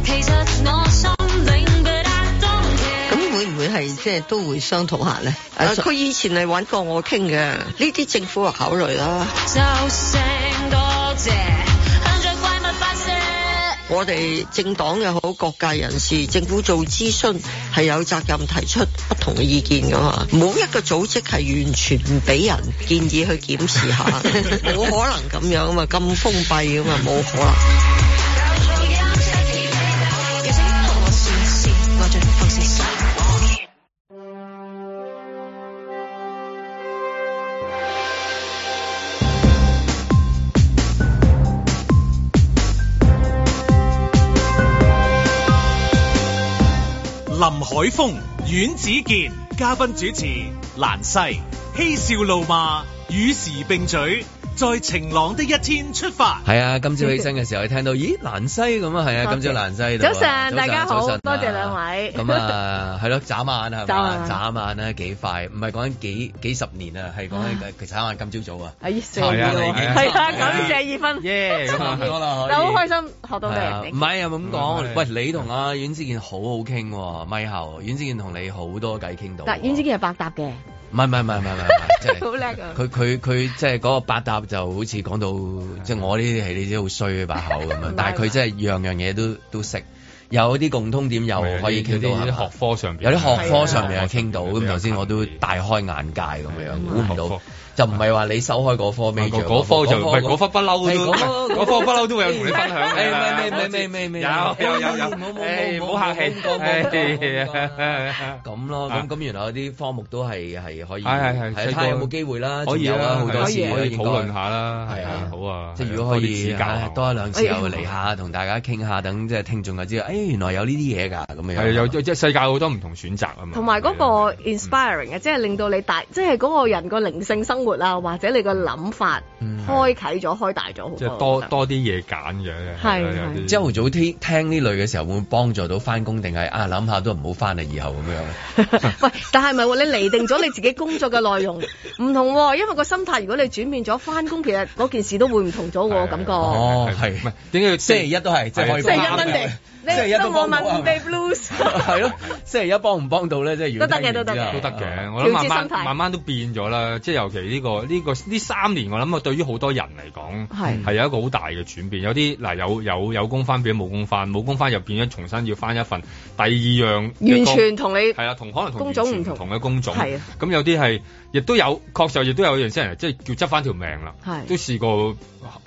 其實我心領，but I don't care。咁會唔會係即係都會商討下咧？誒、啊佢以前係揾過我傾嘅，呢啲政府話考慮啦。就聲多謝，向着怪物發射。我哋政黨又好，各界人士，政府做諮詢係有責任提出不同嘅意見噶嘛。冇一個組織係完全唔俾人建議去檢 視下，冇可能咁樣啊嘛，咁封閉噶嘛，冇可能。林海峰、阮子健，嘉賓主持蘭西，嬉笑怒罵，與時並舉，在晴朗的一天出發。係啊，今朝起身嘅時候，你聽到咦蘭西咁啊，係啊，今朝蘭西喺度早啊。晨，大家好，早晨多謝兩位。咁，啊，係咯，眨眼啊，係眨嘛眼眨眼啦，幾快，唔係講緊幾幾十年啊，係講緊其實眨眼 今朝早啊，係差唔多啦已經係啊，九點四二分。耶咁 啊差唔多啦可以但好開心學到你係啊哋唔。係啊，咁嗯講，喂，你同阿阮之健好好傾喎，咪後，阮之健同你好多偈傾到，但阮子健係白搭嘅，唔係唔係唔係唔係唔係， 即係。好叻啊！佢佢佢即係嗰個八搭就好似講到，即係我呢啲係你知好衰把口咁樣，但係佢真係樣樣嘢都都識，有啲共通點又可以傾到有啲有啲係嘛學科上邊有啲學科上面又傾到，咁頭先我都大開眼界咁樣，估唔到就唔係話你手開嗰科咩嗰嗰科就唔係嗰科不嬲係都嗰嗰科不嬲都會有同你分享誒㗎啦未未未未未有有有有誒唔好客氣誒咁咯，咁咁原來有啲科目都係係可以，啊係係係睇細下個有冇機會啦，可以仲有啊好多可以事可以應該討論下啦係啊，係啊好啊即係如果可以多啲指教啊唉多一兩次又嚟下，同大家傾下，等即係聽眾就知道，誒哎原來有呢啲嘢㗎，咁樣係啊有即係世界好多唔同選擇啊嘛。同埋嗰個 inspiring 嘅，即係令到你大，即係嗰個人個靈性生活啊，或者你個諗法嗯開啟咗、開大咗好即係多。多多啲嘢揀嘅，係有啲朝頭早聽聽呢類嘅時候，會唔會幫助到翻工定係啊諗下都唔好翻啦，以後咁樣。 喂，但係咪喎？你釐定咗你自己工作嘅內容 唔同喎，因為個心態如果你轉變咗，翻工其實嗰件事都會唔同咗喎，感覺。哦，係，唔係點解星期一都係即係可以星期一啊幫蚊到地，你星期一得都我幫到啊問地 blues。 係咯，星期一幫唔幫到咧？即係如果都得嘅聽完之後都得嘅，我諗慢啊調節心慢態慢慢都變咗啦，即係尤其呢、個呢、個呢三年，我諗啊，對於好多人嚟講係係有一個好大嘅轉變。有啲嗱有有有工翻變咗冇工翻，冇工翻又變咗重新要翻一份第二樣嘅完工，全同你係啦，啊同可能同工種唔完同全唔同嘅工種。係啊咁有啲係亦都有確實亦都有樣些人即係叫執翻條命啦。係都試過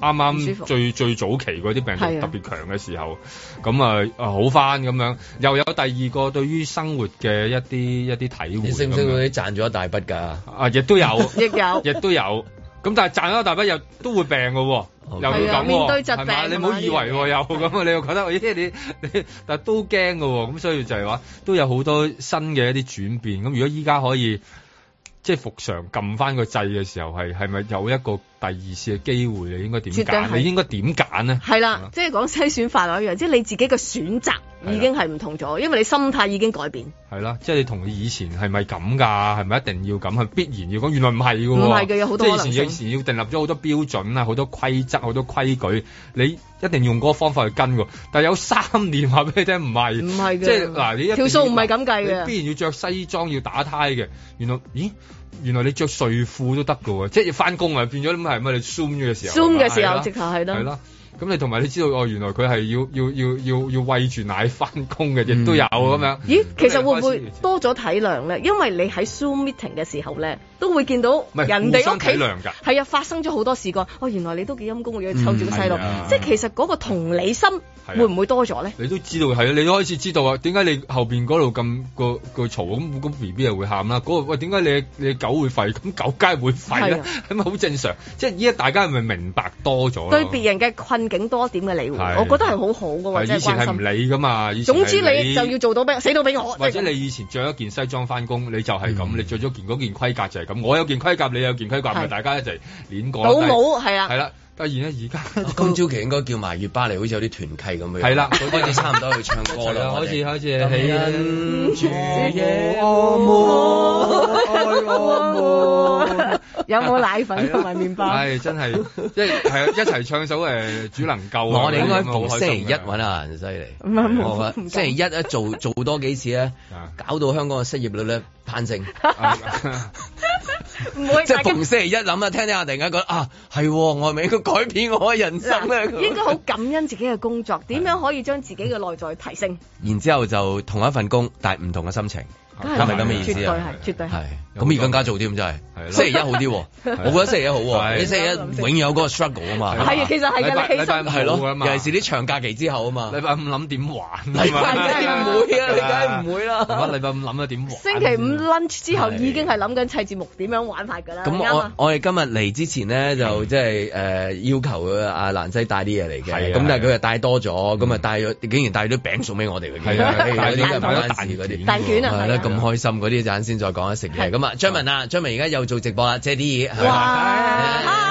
啱唔舒啱服最最早期嗰啲病係啊毒特別強嘅時候，咁啊啊好翻咁樣，又有第二個對於生活嘅一啲一啲體會。你識唔識嗰啲賺咗一大筆㗎？啊，亦都有，亦有 亦都有。咁但係賺咗一大筆又都會病嘅喎。又會係啊咁喎，面對疾病係嘛啊嘛你唔好以為喎有咁啊，你又覺得咦你你，但係都驚嘅喎，咁所以就係話都有好多新嘅一啲轉變。咁如果依家可以即係復常撳翻個掣嘅時候，係係咪有一個第二次嘅機會？你應該點絕對係揀？你應該點揀咧？係啦，即係講篩選法律一樣，即係你自己嘅選擇已經係唔同咗，因為你心態已經改變。係啦，即係你同你以前係咪咁㗎？係咪一定要咁？係必然要咁？原來唔係㗎喎。唔係嘅有好多即可係能以性前以前要訂立咗好多標準啊，好多規則，好多規矩，你一定用嗰個方法去跟喎。但係有三年話俾你聽唔係，唔係嘅即係嗱，你一定要條數唔係咁計嘅你必然要着西裝要打呔嘅。原來咦？原來你着睡褲都得㗎喎，即係要翻工啊，變咗咁係咪？你 zoom 嘅時候 Zoom 嘅時候係啦啊直頭係啦係啦。咁你同埋你知道哦，原來佢係要要要要要喂住奶翻工嘅，亦都有咁樣。咦，其實會唔會多咗體諒咧？因為你喺 Zoom meeting 嘅時候咧，都會見到係人哋屋互相企體諒㗎係啊，發生咗好多事幹。哦，原來你都幾陰公，要湊住個細路嗯係啊，即係其實嗰個同理心啊會唔會多咗咧？你都知道係啊，你都開始知道啊，點解你後邊嗰度咁個個嘈咁咁 B B 又會喊啦？嗰、個喂點解你你狗會吠？咁 狗梗係會吠係啦啊，係咪好正常？即係依家大家係咪明白多咗咯？對別人嘅困境多一點嘅理會，係我覺得係好好嘅喎，係即以係前係唔關心。理噶嘛，以前總之係你就要做到俾死到俾我，或即者係咁你以前着一件西裝翻工，你就係咁，你着咗件嗰件盔甲就係咁。我有件盔甲，你有件盔甲，咪嗯係大家一齊攣過倒帽係啊係啦，但係而家而家。今朝期應該叫埋月巴黎，好似有啲團契咁樣。係啦開始差唔多去唱歌係啦 啊，我哋開始開始感起 ừ, 恩主耶有冇奶粉同埋麵包？係真係，即係係啊一齊唱首誒主能救啊。我哋應該咁樣好逢開心星期一嘅揾阿人犀利，唔係冇我覺得唔夠星期一一做做多幾次咧，À. 搞到香港嘅失業率咧攀升。唔會即大係家逢星期一諗啊，聽聽下突然間覺得啊，係喎我係咪應該改變我嘅人生咧？ 嗱，應該好感恩自己嘅工作，點樣可以將自己嘅內在提升？然之後就同一份工，但係唔同嘅心情，梗係係咪咁嘅意思啊？絕對係，絕對係。咁而更加做添真係，星期一好啲喎，我覺得星期一好喎，係你星期一永有嗰個 struggle 啊嘛，係啊其實係㗎禮拜你起身禮拜五係係咯咯，尤其是啲長假期之後啊嘛，禮拜五諗點玩禮拜五一定唔會啊，你梗係唔會啊啦，係嘛禮拜五諗咗點玩？星期五 lunch 之後已經係諗緊砌節目點樣玩法㗎啦，咁啱我啊！我哋今日嚟之前咧，就即係誒要求啊阿蘭西帶啲嘢嚟嘅，係啊咁但係佢又帶多咗，咁啊帶咗竟然帶咗餅送俾我哋嗰啲，係啊哎帶咗嗰啲帶唔咗關事嗰啲，蛋卷啊係係啦啊咁開心嗰啲，陣先再講一食嘢。咁啊，張文啊，張文而家又做直播啦，借啲嘢係嘛。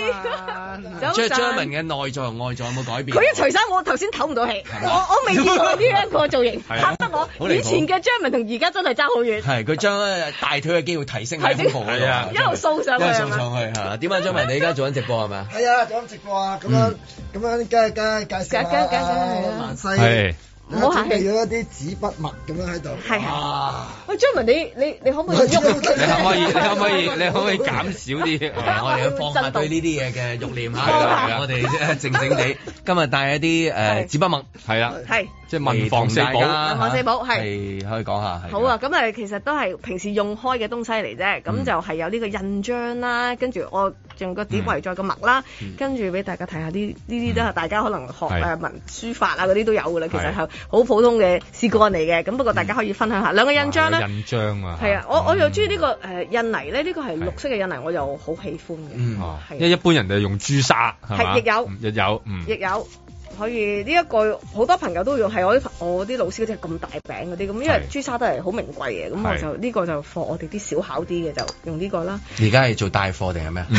走張散張文嘅內在同外在有冇改變？佢一除衫，我頭先唞唔到氣，係我嘛我未見過呢一個造型，係啊嚇得好我離譜以前嘅張文同而家真係爭好遠。係佢將呃大腿嘅肌肉提升喺胸部嗰係啊度，一路掃上去一路係掃嘛上去係嘛點啊，張文你而家做緊直播係咪啊？係啊，做緊直播啊，咁樣咁樣，梗係梗係介紹梗下係梗係啊蘭西，係你唔好客準氣備咗一啲紙筆墨咁樣喺度，係係啊，喂，張文你你你可唔可以喐？你可唔可以？你可唔可以？你可唔可以減少啲？係啊我哋要放下對呢啲嘢嘅慾念係啦係嚇，啦我哋即係靜靜地。今日帶一啲誒紙筆墨，係啦，係。即係文房四寶。文文房四寶係啊係可以講下。係好啊，咁誒其實都係平時用開嘅東西嚟啫，嗯咁就係有呢個印章啦，跟住我用個碟圍咗個墨啦，嗯跟住俾大家睇下呢呢啲都係大家可能學係誒文書法啊嗰啲都有噶啦，其實係係好普通嘅試幹嚟嘅，咁不過大家可以分享下兩個印章咧。印章啊，係啊，我我又中意呢個誒印泥咧，呢個係綠色嘅印泥，我又好喜歡嘅，啊嗯，哦係因為一般人哋用朱砂係嘛，係亦有嗯亦有，嗯，亦有可以呢一個好多朋友都用，係我啲朋我啲老師嗰隻咁大餅嗰啲咁，因為係朱砂都係好名貴嘅，咁我係就呢個就放我哋啲小巧啲嘅就用呢個啦。而家係做帶貨定係咩？啊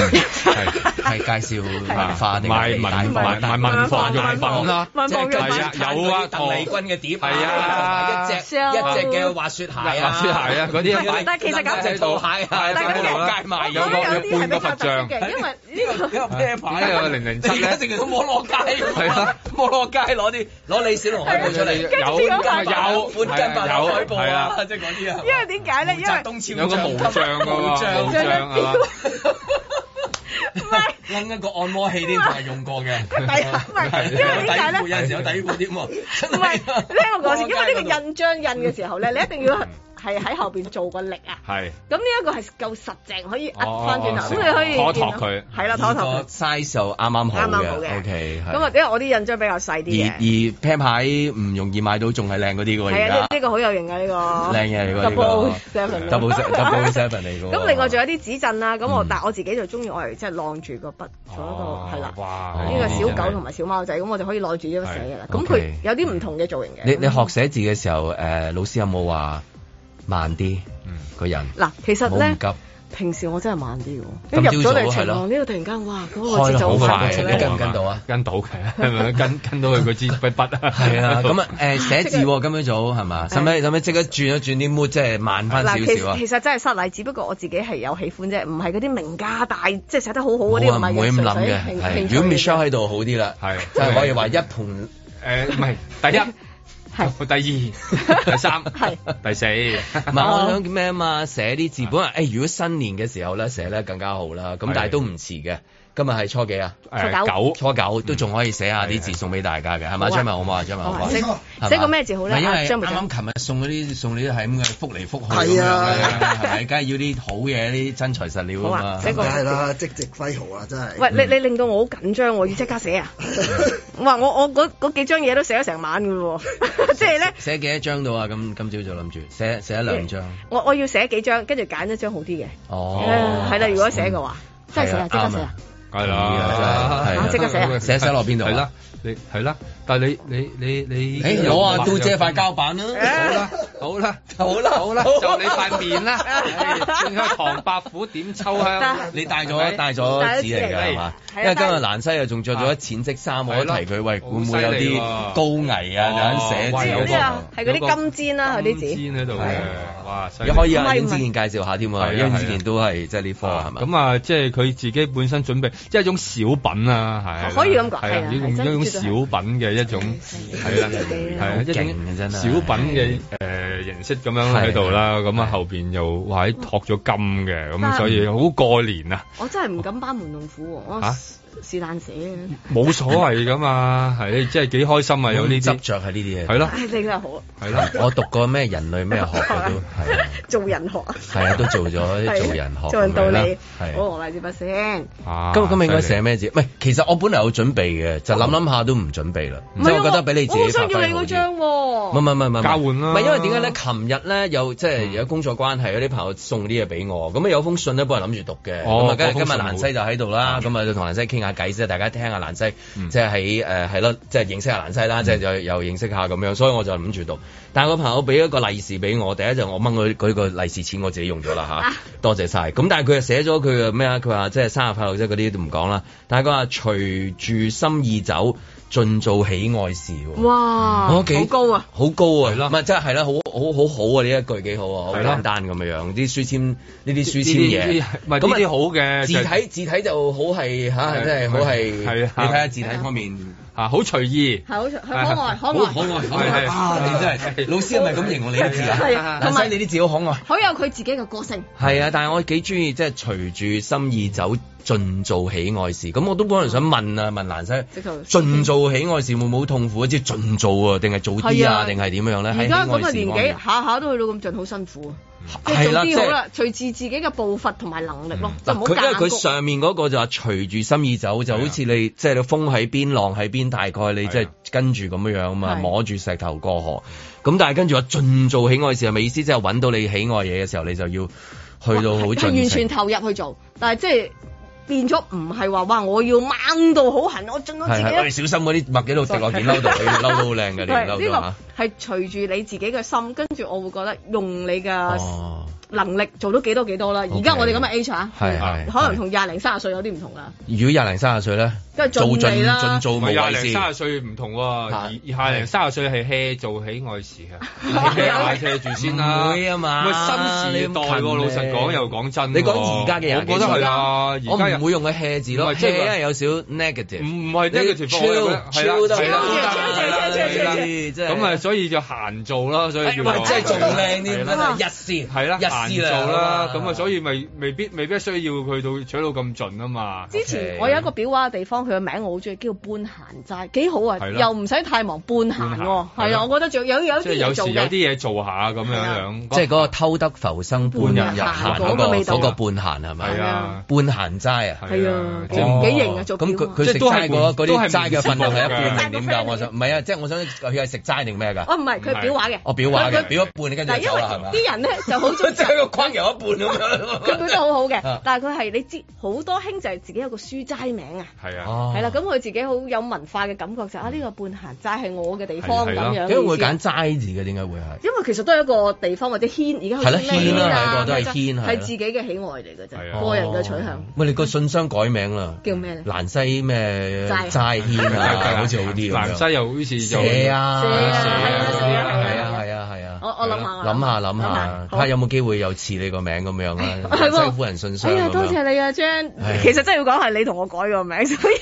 係介紹文化定係嗯賣文帶貨賣賣文房用賣品啦文房文房用品即係有啊鄧麗君嘅碟係啊同埋一隻一隻嘅滑雪鞋啊，滑雪鞋啊嗰啲但係其實咁就套鞋啊，但係喺嗰啲街賣有個有啲係半比較個佛特別像，嘅，因為呢個有啤而家有零零七你而家咧，成日都摸落街，係啦，摸落街攞啲攞李小龍海報出係嚟，啊有跟住嗰塊有款跟白有海報係啊，啊即係嗰啲啊。因為點解 咧？因為有個毛像㗎喎，毛像係嘛，拎一個按摩器添，係用過嘅。佢底唔係，因為點解咧？有陣時有底褲添喎。唔係，你聽我 講先，因為呢個印章印嘅時候咧，你一定要係喺後邊做個力啊。係。咁呢一個係夠實淨，可以壓哦翻轉頭，咁你可以見到係啦，拖托佢。 size 就啱啱好啱啱好嘅嘅，OK 咁係。啊，因為我啲印章比較細而啲嘅。而 pair 牌唔容易買到，仲係靚嗰啲嘅係喎，而啊，呢家呢個好有型啊！呢個靚嘢嚟㗎呢 Double 個 seven 啊 double se- double seven 嚟㗎喎。咁另外仲有啲指陣嗯啦，咁我但我自己就中意我係即係晾住個筆哦做一哦個係啦，呢個小狗同埋小貓仔，咁我就可以攞住呢個寫嘅啦。咁佢 OK 有啲唔同嘅造型嘅。你你學寫字嘅時候，誒、老師有冇話慢啲？嗯，個人嗱，其實冇咧咁急，平時我真係慢啲嘅喎，今朝一入咗早啊嚟係晴咯朗呢度突然間，哇嗰個開節得奏好快，咗你跟唔跟到啊？跟到嘅，係咪跟跟到佢嗰支筆筆啊？係啊，咁啊誒寫字喎，今朝早係嘛？使唔使使唔使即刻轉一轉啲 mood，即係慢翻少嗱，其少啊實？其實真係失禮，只不過我自己係有喜歡啫，唔係嗰啲名家大，即係寫得好好嗰冇啲，唔啊，係唔會咁純諗粹嘅。興興係，趣如果嘅 Michelle 喺度好啲啦，係即係可以話一盤誒唔係第一，第二，第三，第四，唔 唔係哦我想哎咩啊嘛？寫啲字本來誒，如果新年嘅時候咧寫咧更加好啦，咁但係都唔遲嘅。今日係初幾啊？À, 誒九初九都仲可以寫下啲字送俾大家嘅，嗯係咪？好啊張文好唔好啊？張文好唔好啊寫係嘛寫個咩字好咧唔係因啊為張啱部長啱琴日送嗰啲送你啲係咁嘅覆嚟覆去咁係樣啊嘅，係咪？梗係要啲好嘢，啲真材實料啊嘛。寫個梗係啦，即席揮毫啊，真係。喂，你你令到我好緊張喎，要即刻寫啊！哇，我我嗰嗰幾張嘢都寫咗成晚嘅 喎，即係咧，寫幾多張到啊？今今朝就諗住寫寫一兩張。我我要寫幾張，跟住揀一張好啲嘅。哦，誒係啦，如果寫嘅話，真係寫啊，即刻寫啊！梗係啦，係啊即刻寫啊寫寫落邊度啊係啦，你係啦，但係你你你你，誒攞啊，杜姐塊膠板啦。好啦，好啦，好啦，哎就你塊面 啦，唉正香唐伯虎點秋香，你帶咗帶咗紙嚟㗎係啊嘛？因為今日蘭西又仲着咗淺色衫，我一提佢喂會唔會有啲高危哦啊？等寫字呢嗰個係嗰啲金磚啦，佢啲字。喺度嘅，哇！犀利你可以啊，尹志健介紹下添係啊，啊尹志健都係即係呢科係嘛？咁啊，即係佢自己本身準備，即係一種小品啊，係啦可以咁講係係啊啊，用係真一絕種對小係品嘅一種係啦，係啊，一種勁啊真係小品嘅誒形式咁樣喺度啦，咁啊後邊又哇喺托咗金嘅，但咁所以好過年啊，我真係唔敢班門弄斧喎，我嚇是但寫嘅。冇所謂噶嘛，係即係幾開心啊，有呢啲執着係呢啲嘢，係咯唉，你真係好啊，係啦，我讀過咩人類咩學嘅都係啊做人學啊，係啊，都做咗係做人學做人道咁樣啦理。係啊好，我嚟接筆先。啊咁咁應該寫咩字？唔係，其實我本來有準備嘅，就諗諗下都唔準備啦。即係我覺得俾你自我好己想發揮要你好嗰啲。張唔係唔喎。係唔係，交換啦嗯唔係因為點解咧？琴日咧有即係有工作關係，有啲朋友送啲嘢俾我，咁啊有封信咧，本來諗住讀嘅，哦咁啊跟住嗰封今信嗯日蘭西就喺度啦，咁啊就同蘭西傾下偈先，大家聽下蘭西，即係喺誒係咯，即係認識下蘭西嗯啦，即係又又認識下咁樣，所以我就諗住讀。但係個朋友俾一個利是俾我，第一就我掹佢佢個利是錢我自己用咗啦吓，多謝晒。咁但係佢又寫咗佢嘅咩啊？佢話即係生日快樂啫，嗰啲都唔講啦。但係佢話隨住心意走，盡做喜愛事喎。哇，我幾好高啊！好高啊！唔係真係啦，好好好好啊！呢一句幾好啊，好係啦簡單咁樣樣，啲書籤呢啲書籤呢嘢啲，唔係呢啲好嘅字就係體字體就好係嚇，真係好係，係啊你睇下字體方面嚇啊好隨意。係好可愛，可 好愛，可愛，可愛係係啊！你真係老師係咪咁形容你啲字係啊啊？但同埋係你啲字好可愛。好有佢自己嘅個性。係啊，但係我幾中意即係隨住心意走，盡做喜愛事。咁我都可能想問啊，問蘭西直頭，盡做喜愛事會唔會好痛苦？即係盡做啊，定係早啲係啊，啊定係點樣咧？喺而家咁嘅喜愛事年方面紀，下下都去到咁盡，好辛苦啊！即係係做啦，即啲好係嗯啦，隨住自己嘅步伐同埋能力咯，就唔好佢因為夾硬啊佢谷上面嗰個就話隨住心意走，就好似你即係你風喺邊，浪喺邊，大概你即係跟住咁樣樣嘛，啊係摸住石頭過河。咁但係跟住話盡做喜愛事，係咪意思即係揾到你喜愛嘢嘅時候，你就要去到係好係完全盡情？投入去做，但係即係變咗唔係話哇，我要掹到好痕，我盡到自係係，喂己。小心嗰啲墨幾度滴落件褸度，你褸到好靚嘅，你件褸到啊呢嚇。個係隨住你自己嘅心，跟住我會覺得用你嘅能力做到幾多幾多啦。而家哦 OK 我哋咁嘅 age 啊，係係可能同廿零三十歲有啲唔同啊啦。如果廿零三十歲咧，梗係做盡力盡啦盡做唔無係廿謂零事。三十歲唔同喎，而廿零三十歲係 hea 做喜愛事啊 嘅 hea 下 hea 住先啦。唔會啊嘛喂新時代你咁勤喎，老力實講又講真喎，你講而家嘅人我覺得係啊，而我家人唔會用個 hea 字咯唔係即係，hea 因為有少 negative，唔係 negative，超我覺得係啦超得係啦係啦係啦真係咁啊，所以就閒做啦，所以叫喂做哎真係仲靚係啲，啦真係日事係啦，日事閒做啦，咁啊，所以咪未必未必需要去到取到咁盡啊嘛。之前我有一個裱畫嘅地方，佢嘅名我好中意，叫半閒齋，幾好啊！係啦又唔使太忙，半閒半喎閒，係係啊，啦我覺得仲有有即係啲嘢有做時有啲嘅。嘢做下咁樣樣，即係嗰個偷得浮生半日閒嗰個半日閒嗰個味道嗰個半閒係咪？係啊，半閒齋啊，係啊，幾哦幾型啊！做咁裱佢畫佢食齋嗰嗰啲齋嘅份量係一半都係定滿點㗎？我想唔係啊，即係我想佢係食齋定咩㗎？哦，唔係佢係裱畫啊嘅。我表畫嘅，佢表一半跟住嗱，就因走為啦，係咪啊？ 啲人咧就好中意，即係個框有一半咁樣。佢 本身好好嘅啊，但係佢係你知好多兄就係自己有個書齋名啊，係啊係啦，咁佢自己好有文化嘅感覺就啊呢個半閒齋係我嘅地方咁樣。點解會揀？齋字嘅？點解會係？因為其實都係一個地方或者軒，而家好興係啦軒啦啊係個都係咩軒係啦係自己嘅喜愛嚟嘅啊啫，哦個人嘅取向喂，你個信箱改名啦，叫咩咧？蘭西咩齋齋軒啊，係 好似好啲咁樣。蘭西又好似就寫啊，寫啊係係啊係啊，係啊，係啊。我我諗下，諗下諗下，睇下有冇機會有似你個名咁啊 樣啦，係喎蘭西夫人信箱哎咁呀，樣。多謝你啊，Jan 唉。其實真係要講係你同我改個名，所以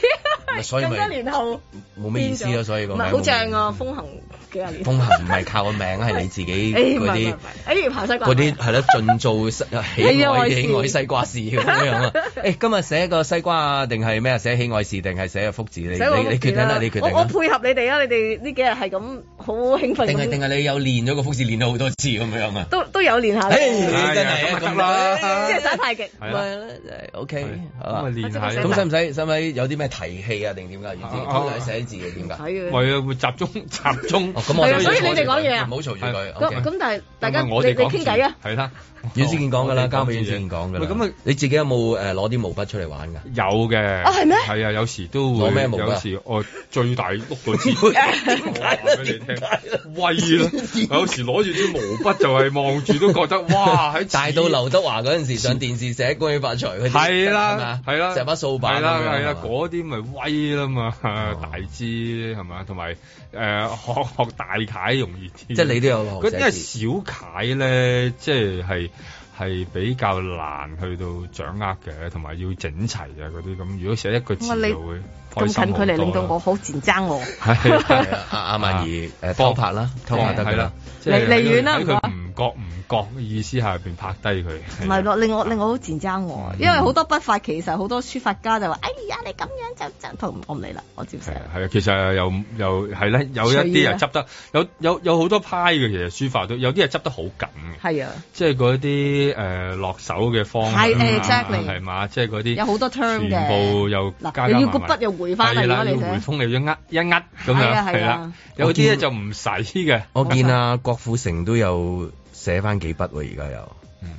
咪所以更加咪年後冇咩意思變咯，咗所以個唔名係好正啊！風行幾廿年，風行唔係靠個名，係你自己 誒哎唔係嗰唔係啲唔係，誒爬西瓜嗰啲係咯，盡做喜 喜愛愛事喜愛西瓜事咁 樣啊！誒，今日寫個西瓜啊，定係咩啊？寫喜愛事定係寫個福字？你你寫個你決字定啦，你決定我我啦。配合你哋啊！你哋呢幾日係咁好興奮咁，定係定係你有練咗個福字練咗好多次咁樣 啊？都都有練下誒，嘅，你真係啊咁啦，即係耍太極。係啦啊真係 OK，好啊咁咪練下咯咁使唔使使唔使有啲咩提氣啊？定點㗎？原先通常寫字嘅點㗎？係咪啊，會集中 集中。哦咁我係啊所以你哋講嘢啊唔好嘈住佢。咁 OK 咁，但係大家唔你係你我哋講傾偈啊！係啦，阮思健講㗎啦，交俾阮思健講㗎啦。喂咁哦啊，你自己有冇誒攞啲毛筆出嚟 玩㗎？有嘅。啊係咩係啊，有時都攞會，咩毛㗎啊有時我最大碌個字。 我話俾你聽，威啦！有時攞住啲毛筆就係望住都覺得，哇！喺 大到劉德華嗰陣時上電視寫《恭喜發財》嗰啲，係係咪啦啊，係啦，成把掃把係啦，咁樣係啊啦係，嘛嗰啲咪威啦嘛，大支係嘛，同埋誒學 學大楷容易啲。即係你都有學嗰寫因為小楷咧，即係係係比較難去到掌握嘅，同埋要整齊啊嗰啲咁。如果寫一個字哇你就會咁開心近距好離令多到我啦。好戰爭我。係係啊阿曼怡誒幫偷拍啦，偷拍得㗎係啦啦。，即係離離遠啦喺唔佢該唔覺唔覺嘅意思下邊拍低佢。唔係咯，令我令我好戰爭我，因為好多筆法其實好多書法家就話：哎呀，你咁樣就就同我唔理啦，我接受。係啊，其實又又係咧，有一啲人執得有有有好多派嘅，其實書法都有啲人執得好緊嘅，係啊，即係嗰啲誒落手嘅方向啊係誒，exactly 係嘛，即係嗰啲有好多 term 嘅全部又加加嗱，你要個埋埋筆又回翻嚟係如啦，果要你回寫。風你要呃一呃咁係樣啊係啊係啦，有啲咧就唔使嘅。我見啊，郭富城都有寫翻幾筆喎，而家有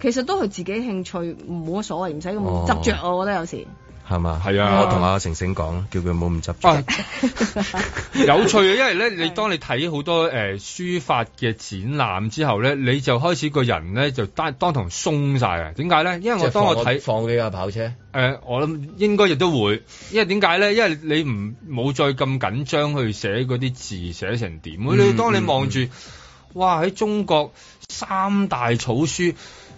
其實都係自己興趣，冇乜所謂，唔使哦咁執着。我覺得有時係嘛？係啊我同阿成成講，叫佢唔好咁執啊着。有趣嘅，因為咧，你當你睇好多誒、呃、書法嘅展覽之後咧，你就開始個人咧就單當堂鬆晒啊！點解咧？因為我即係當放我我睇放幾架跑車，誒、呃我諗應該亦都會，因為點解咧？因為你唔冇再咁緊張去寫嗰啲字寫成點，你當你望住，哇！喺中國三大草書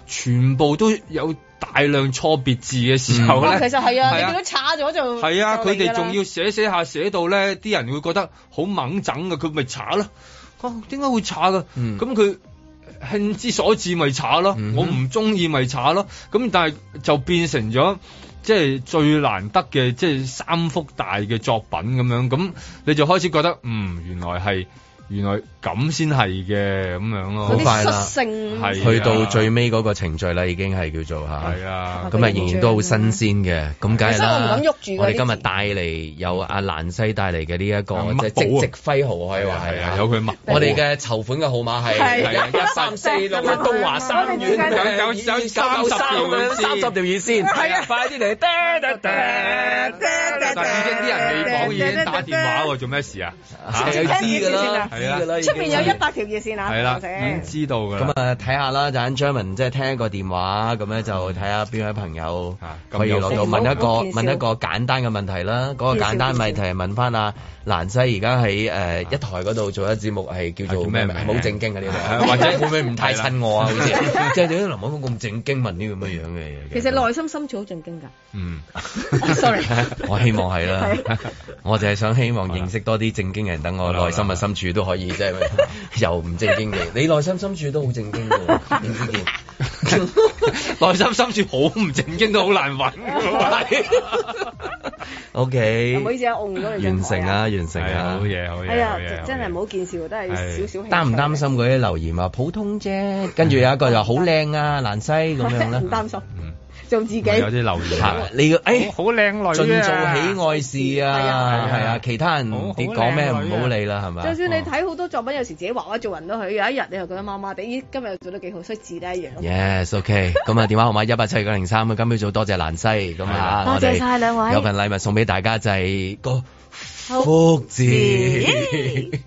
全部都有大量錯別字嘅時候咧，哇，其實係啊，係你見到叉咗就係啊，就嚟佢㗎哋啦仲要寫寫下寫到咧，啲人會覺得好猛整嘅，佢咪查咯。哦，點解會查噶？咁佢興之所至咪查咯，我唔中意咪查咯。咁但係就變成咗。即係最難得嘅，即係三幅大嘅作品咁樣，咁你就開始覺得，嗯，原來係原來咁先係嘅咁樣咯，好快啦，係啊去到最尾嗰個程序啦，已經係叫做嚇。係啊咁啊仍然都好新鮮嘅，咁梗係其實我唔啦敢喐住。㗎我哋今呢日帶嚟有阿蘭西帶嚟嘅呢一啊個墨即係寶啊即席揮毫可以話係係啊啊，有佢墨寶啊我哋嘅籌款嘅號碼係係啊一三四六東華三院有有有九三九十三條咁樣線三十條熱線，係啊，快啲嚟！但係已經啲人未講，已經打電話喎，做咩事啊？係有知㗎啦啊係啦知㗎啦已出經邊有一百條熱線啊，係啦我已經哋知道㗎啦咁。啊，睇下啦，就喺 Jerman 即係聽一個電話，咁咧就睇下邊位朋友可以落到問一個問一個簡單嘅問題啦。嗰個簡單問題係問翻阿蘭西而家喺誒一台嗰度做一節目係啊叫做咩名？係冇正經嘅呢個， 或者會唔會唔太襯我啊？好 似即係點解林海峰咁正經問呢咁嘅樣嘅嘢？其實內心深處好正經㗎。嗯 Sorry 我希望係啦，我就係想希望認識多啲正經人，等我內心嘅深處都可以即 係又唔正經嘅。你內心深處都好正經嘅喎，認知健。 內心深處好唔正經都好難揾㗎喎。 O 唔好 K，意思啊，我誤咗你張完成台啊，完成啊，好嘢，好係啊，真係唔好見笑，都係少少興趣。擔唔擔心嗰啲留言啊？普通啫，跟住有一個就好靚啊，蘭西咁樣嗯唔 啦。擔心，做自己。留啊言 你要誒好靚女啊盡做喜愛事啊，係啊，其他人點講咩唔啊好理啦，係咪？就算你睇好多作品，有時自己畫畫做人都佢，有一日你又覺得麻麻地，咦，今日又做得幾好，所以字都一樣。 Yes，OK，咁啊電話號碼一八七九零三，咁今朝早多謝蘭西，咁啊，多謝我哋晒兩位有份禮物送俾大家就係個好福字。 耶